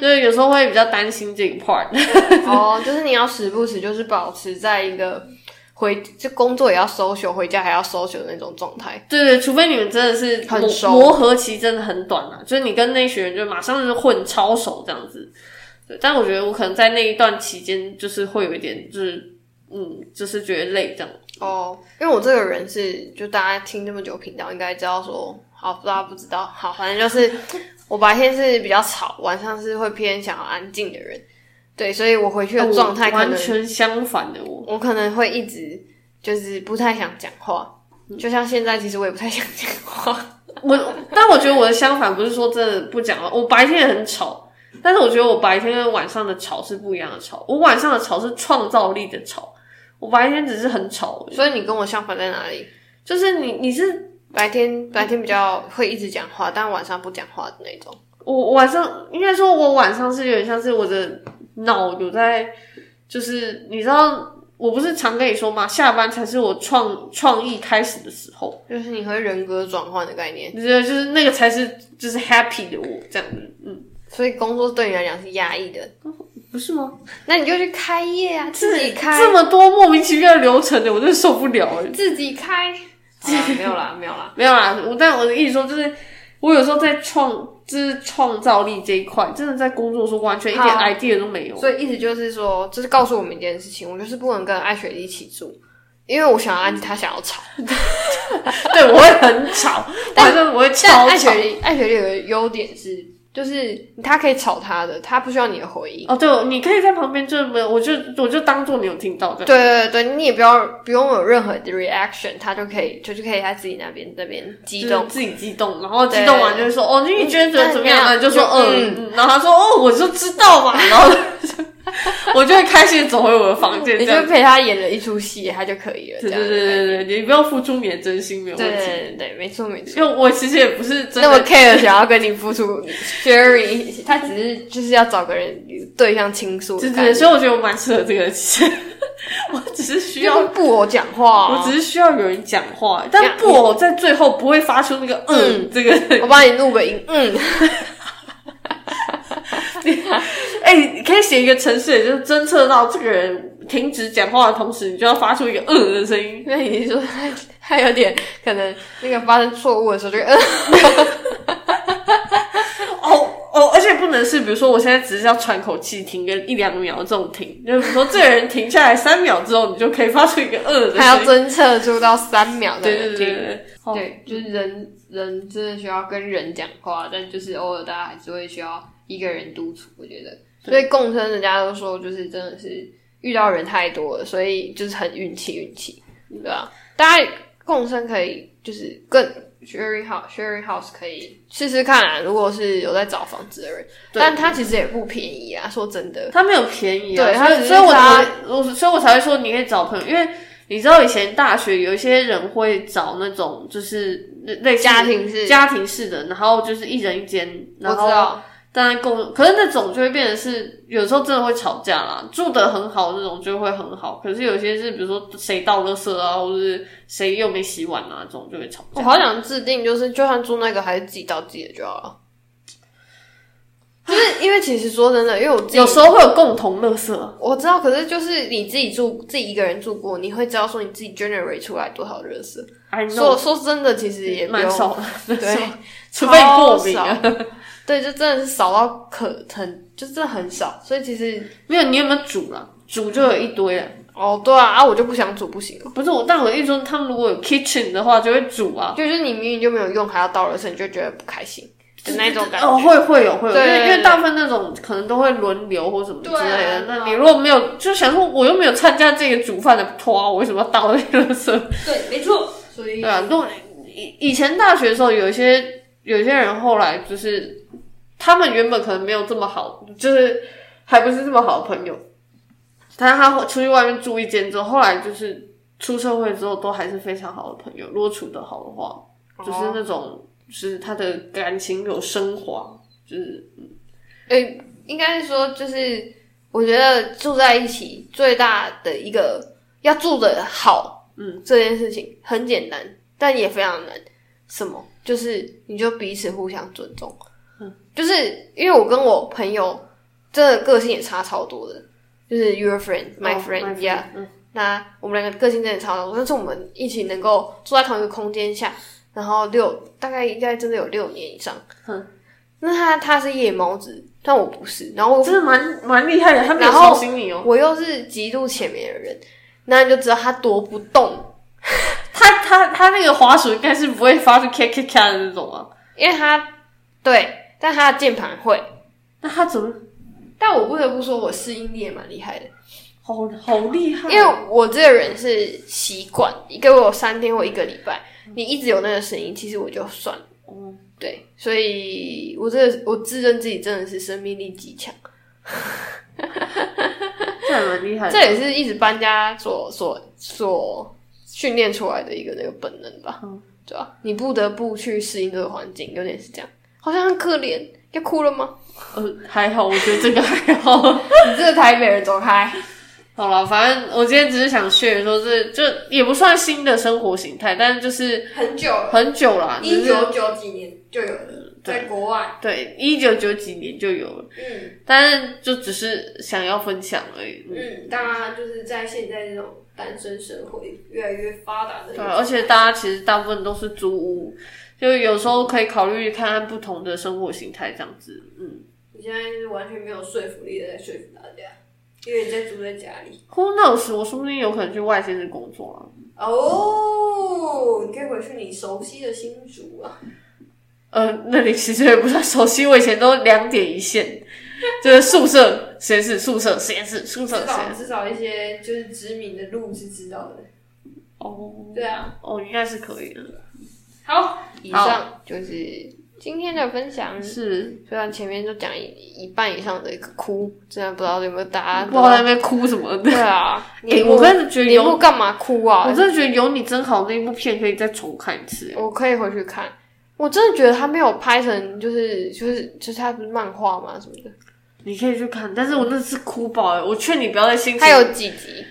Speaker 1: 就是有时候会比较担心这个 part，
Speaker 2: 哦，就是你要时不时就是保持在一个回就工作也要 social，回家还要 social 的那种状态。
Speaker 1: 对对，除非你们真的是
Speaker 2: 很
Speaker 1: 磨
Speaker 2: 熟
Speaker 1: 磨合期真的很短啊，就是你跟那群人就马上就混超熟这样子。对，但我觉得我可能在那一段期间，就是会有一点，就是嗯，就是觉得累这样。
Speaker 2: 哦，因为我这个人是，就大家听这么久频道应该知道说，好，不知道不知道，好，反正就是我白天是比较吵，晚上是会偏想要安静的人，对，所以我回去的状态
Speaker 1: 哦我
Speaker 2: 可
Speaker 1: 完
Speaker 2: 能
Speaker 1: 全相反的我，
Speaker 2: 我可能会一直就是不太想讲话，
Speaker 1: 嗯
Speaker 2: 就像现在其实我也不太想讲 话，
Speaker 1: 我但我觉得我的相反不是说真的不讲话，我白天也很吵，但是我觉得我白天跟晚上的吵是不一样的吵，我晚上的吵是创造力的吵，我白天只是很吵而已，
Speaker 2: 所以你跟我相反在哪里？
Speaker 1: 就是你你是
Speaker 2: 白天白天比较会一直讲话，但晚上不讲话的那种。
Speaker 1: 我我晚上应该说，我晚上是有点像是我的脑有在，就是你知道，我不是常跟你说吗？下班才是我创创意开始的时候，
Speaker 2: 就是你会人格转换的概念，
Speaker 1: 你觉得就是那个才是就是 happy 的我这样子，嗯，
Speaker 2: 所以工作对你来讲是压抑的。
Speaker 1: 不是吗？
Speaker 2: 那你就去开业啊，自己开，
Speaker 1: 这么多莫名其妙的流程的，我真的受不了哎、
Speaker 2: 自己开。啊 没有啦，没有啦。
Speaker 1: 没有啦，我但我的意思说就是，我有时候在创就是创造力这一块，真的在工作的时候完全一点
Speaker 2: 好
Speaker 1: idea 都没有。
Speaker 2: 所以意思就是说，就是告诉我们一件事情，我就是不能跟艾雪莉一起住，因为我想要安静，她想要吵。
Speaker 1: 对，我会很吵，但是我 会
Speaker 2: 但
Speaker 1: 超
Speaker 2: 艾
Speaker 1: 吵
Speaker 2: 雪。莉，艾雪莉有个优点是，就是她可以吵她的，她不需要你的回应。
Speaker 1: 哦，对，你可以在旁边就没有，我就我就当做没有听到这样。
Speaker 2: 对对对，对你也不要不用有任何的 reaction，她就可以，就就可以在自己那边那边激
Speaker 1: 就是
Speaker 2: 动。
Speaker 1: 自己激动，然后
Speaker 2: 对
Speaker 1: 激动完就会说哦，你觉得怎么样啊？
Speaker 2: 嗯
Speaker 1: 就说
Speaker 2: 嗯
Speaker 1: 嗯，嗯然后他说哦，我就知道嘛，然后我就会开心地走回我的房间，
Speaker 2: 你
Speaker 1: 这
Speaker 2: 就
Speaker 1: 样。
Speaker 2: 陪她演了一出戏，她就可以了。
Speaker 1: 对
Speaker 2: 这样
Speaker 1: 对对对对，你不要付出你的真心，没有
Speaker 2: 对
Speaker 1: 问
Speaker 2: 对
Speaker 1: 题。
Speaker 2: 对对，没错没错。
Speaker 1: 因为我其实也不是真
Speaker 2: 那么
Speaker 1: 的，
Speaker 2: care 想要跟你付出 sharing，他只是就是要找个人对象倾诉的
Speaker 1: 对对，
Speaker 2: 感
Speaker 1: 对
Speaker 2: 觉，
Speaker 1: 所以我觉得我蛮适合这个，其实 我只是需要，
Speaker 2: 就是不我讲话、啊
Speaker 1: 我只是需要有人讲话，但
Speaker 2: 呀
Speaker 1: 不，我在最后不会发出那个嗯这个
Speaker 2: 我帮你录个音，嗯，
Speaker 1: 哎、你可以写一个程式，也就是侦测到这个人停止讲话的同时，你就要发出一个嗯的声音。
Speaker 2: 那你是说他他有点可能那个发生错误的时候就嗯，
Speaker 1: 哦哦，而且不能是，比如说我现在只是要喘口气，停个一两秒这种停，就是比如说这个人停下来三秒之后，你就可以发出一个嗯的
Speaker 2: 还要
Speaker 1: 声音。
Speaker 2: 侦测出到三秒的
Speaker 1: 对对
Speaker 2: 人听。
Speaker 1: 对对对，哦
Speaker 2: 对，就是人人真的需要跟人讲话，但就是偶尔大家还是会需要一个人独处。我觉得，所以共生人家都说，就是真的是遇到人太多了，所以就是很运气运气，对啊，大家共生可以就是更 sharing house sharing house 可以试试看啊。如果是有在找房子的人，
Speaker 1: 对
Speaker 2: 但它其实也不便宜啊。说真的，
Speaker 1: 他没有便宜啊，
Speaker 2: 对他
Speaker 1: 所以
Speaker 2: 只是
Speaker 1: 所以我才
Speaker 2: 他
Speaker 1: 我所以我才会说你可以找朋友，因为你知道以前大学有一些人会找那种就是类类似
Speaker 2: 家庭式
Speaker 1: 家庭式的，然后就是一人一间，
Speaker 2: 我
Speaker 1: 然
Speaker 2: 知
Speaker 1: 后
Speaker 2: 道，
Speaker 1: 当然共，可是那种就会变成是有时候真的会吵架啦。住的很好那种就会很好，可是有些是比如说谁倒垃圾啊，或者是谁又没洗碗啊，这种就会吵
Speaker 2: 我
Speaker 1: 架。
Speaker 2: 好想制定，就是就算住那个，还是自己到自己的就好了。就是因为其实说真的，因为我自己
Speaker 1: 有时候会有共同垃圾，
Speaker 2: 我知道，可是就是你自己住，自己一个人住过，你会知道说你自己 generate 出来多少热色。
Speaker 1: 哎，
Speaker 2: 说说真的，其实也不
Speaker 1: 蛮
Speaker 2: 用
Speaker 1: 少的，
Speaker 2: 对，
Speaker 1: 除非你过敏
Speaker 2: 超
Speaker 1: 啊
Speaker 2: 少。对，就真的是少到可很，就真的很少。所以其实
Speaker 1: 没有，你有没有煮啦？煮就有一堆了。
Speaker 2: 哦，对啊，啊，我就不想煮不行了，
Speaker 1: 不是我，但我的意思说，他们如果有 kitchen 的话，就会煮啊。
Speaker 2: 就是你明明就没有用，还要倒了，所以你就觉得不开心的那种感觉。
Speaker 1: 哦，会会有会有，因
Speaker 2: 对
Speaker 1: 为
Speaker 2: 对
Speaker 1: 因为大部分那种可能都会轮流或什么之类
Speaker 2: 对
Speaker 1: 的
Speaker 2: 啊。
Speaker 1: 那你如果没有，就想说我又没有参加这个煮饭的拖，我为什么要倒那个 圾？
Speaker 2: 对，没错。所以
Speaker 1: 对啊，如果啊以以前大学的时候，有一些有一些人后来就是他们原本可能没有这么好，就是还不是这么好的朋友，但是他出去外面住一间之后，后来就是出社会之后都还是非常好的朋友。如果处得好的话，
Speaker 2: 哦
Speaker 1: 就是那种就是他的感情有升华，就是
Speaker 2: 诶、应该是说，就是我觉得住在一起最大的一个要住的好，嗯，这件事情很简单，但也非常难。什么？就是你就彼此互相尊重。嗯，就是因为我跟我朋友真的个性也差超多的，就是 your friend, my
Speaker 1: 哦
Speaker 2: friend,
Speaker 1: my
Speaker 2: yeah。
Speaker 1: 嗯
Speaker 2: 那我们两个个性真的差超多，但是我们一起能够住在同一个空间下，然后六大概应该真的有六年以上。
Speaker 1: 嗯
Speaker 2: 那他他是夜猫子，但我不是，然后我
Speaker 1: 嗯真的蛮蛮厉害的，他没有
Speaker 2: 然后
Speaker 1: 操心你哦。
Speaker 2: 我又是极度浅眠的人，那你就知道他多不动，
Speaker 1: 他他他那个滑鼠应该是不会发出咔咔咔的那种啊，
Speaker 2: 因为他对，但他的键盘会，
Speaker 1: 那他怎么
Speaker 2: 但我不得不说我适应力也蛮厉害的，
Speaker 1: 好好厉害哦？
Speaker 2: 因为我这个人是习惯，你给我三天或一个礼拜，你一直有那个声音，其实我就算了。
Speaker 1: 哦
Speaker 2: 对，所以我这我自认自己真的是生命力极强，
Speaker 1: 这还蛮厉害
Speaker 2: 这
Speaker 1: 的。
Speaker 2: 也是一直搬家所所所训练出来的一个那个本能吧，对吧、你不得不去适应这个环境，有点是这样，好像很可怜，要哭了吗？
Speaker 1: 呃，还好，我觉得这个还好。
Speaker 2: 你这个台北人走开，
Speaker 1: 好了，反正我今天只是想 share 说这就也不算新的生活形态，但是就是
Speaker 2: 很久了，
Speaker 1: 很久啦，就是
Speaker 2: 九几年啊就嗯有了，在国外，
Speaker 1: 对一九九几年就有了，
Speaker 2: 嗯
Speaker 1: 但是就只是想要分享而已。嗯
Speaker 2: 嗯，当然就是在现在这种单身社会越来越发达的
Speaker 1: 对，啊而且大家其实大部分都是租屋，就有时候可以考虑看看不同的生活形态这样子。嗯，
Speaker 3: 你现在是完全没有说服力的在说服大家，因为你在住在家里。
Speaker 1: who knows？我说不定有可能去外县市工作啊。
Speaker 3: 哦，你可以回去你熟悉的新竹啊。
Speaker 1: 呃，那里其实也不算熟悉，我以前都两点一线， 就是宿舍、实验室、宿舍、实验室、宿舍、
Speaker 3: 至
Speaker 1: 实
Speaker 3: 少
Speaker 1: 验室。
Speaker 3: 至少一些就是知名的路是知道的。
Speaker 1: 哦
Speaker 3: 对啊，
Speaker 1: 哦，应该是可以的。
Speaker 3: 好，
Speaker 2: 以上就是今天的分享。
Speaker 1: 是，
Speaker 2: 虽然前面就讲一一半以上的一个哭，真的不知道有没有答
Speaker 1: 啊不
Speaker 2: 案。
Speaker 1: 知道在那边哭什 么的。
Speaker 2: 对啊，
Speaker 1: 哎、
Speaker 2: 你
Speaker 1: 我真的觉得
Speaker 2: 你
Speaker 1: 有，
Speaker 2: 不干嘛哭啊
Speaker 1: 我？真的觉得有你真好那一部片可以再重看一次。
Speaker 2: 我可以回去看。我真的觉得他没有拍成、就是，就是就是他不是漫画嘛什么的，
Speaker 1: 你可以去看，但是我那次哭爆哎、我劝你不要再心情。
Speaker 2: 他有几集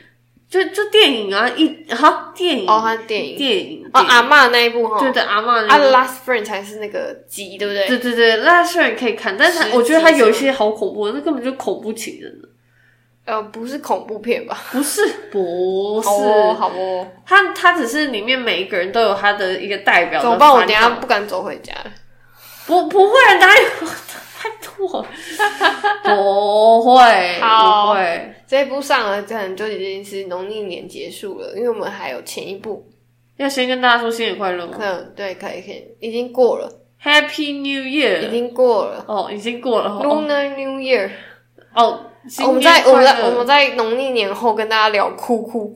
Speaker 1: 就就电影啊，一哈电影
Speaker 2: 哦，他的电影
Speaker 1: 电影
Speaker 2: 哦，阿嬷那一部哈，
Speaker 1: 对对阿妈
Speaker 2: 啊，The Last Friend 才是那个集，对不对？
Speaker 1: 对对对，那虽然可以看，但是
Speaker 2: 十
Speaker 1: 它
Speaker 2: 集
Speaker 1: 我觉得它有一
Speaker 2: 是
Speaker 1: 些好恐怖，那根本就恐怖情人了。
Speaker 2: 呃，不是恐怖片吧？
Speaker 1: 不是，不是，
Speaker 2: 好哦，好哦，
Speaker 1: 他他只是里面每一个人都有他的一个代表
Speaker 2: 怎
Speaker 1: 的烦恼。
Speaker 2: 么办？我等一下不敢走回家了。
Speaker 1: 不不会，啊哪有？ 太 多了，不会，
Speaker 2: 好
Speaker 1: 不会。
Speaker 2: 这一部上了，可能就已经是农历年结束了，因为我们还有前一部，
Speaker 1: 要先跟大家说新年快乐吗
Speaker 2: 嗯，对，可以可以，已经过了，
Speaker 1: ？Happy New
Speaker 2: 已
Speaker 1: Year！
Speaker 2: 经过了
Speaker 1: 哦，已经过了哦
Speaker 2: ，Lunar New Year。
Speaker 1: 哦。新
Speaker 2: 我们
Speaker 1: 年
Speaker 2: 在我们
Speaker 1: 快
Speaker 2: 在
Speaker 1: 乐
Speaker 2: 我们在农历年后跟大家聊哭哭，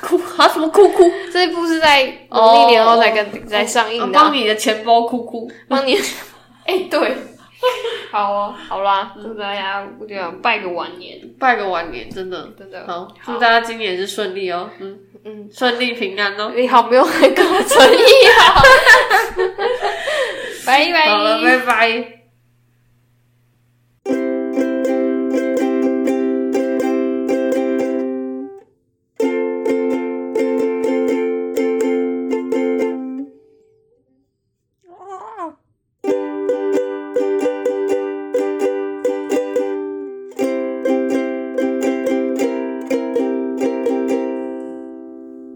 Speaker 1: 哭啊什么哭哭？
Speaker 2: 这一部是在农历年后才跟才上
Speaker 1: 啊
Speaker 2: 映的啊，
Speaker 1: 帮你的钱包哭哭。
Speaker 2: 帮 你，哎，对， 好哦，好啦，祝大家我觉得拜个晚年，
Speaker 1: 拜个晚年，真的
Speaker 2: 真的
Speaker 1: 好，
Speaker 2: 好
Speaker 1: 祝大家今年是顺利哦，嗯
Speaker 2: 嗯，
Speaker 1: 顺利平安哦。
Speaker 2: 你好，没有很高诚意啊，拜拜，
Speaker 1: 好了，拜拜。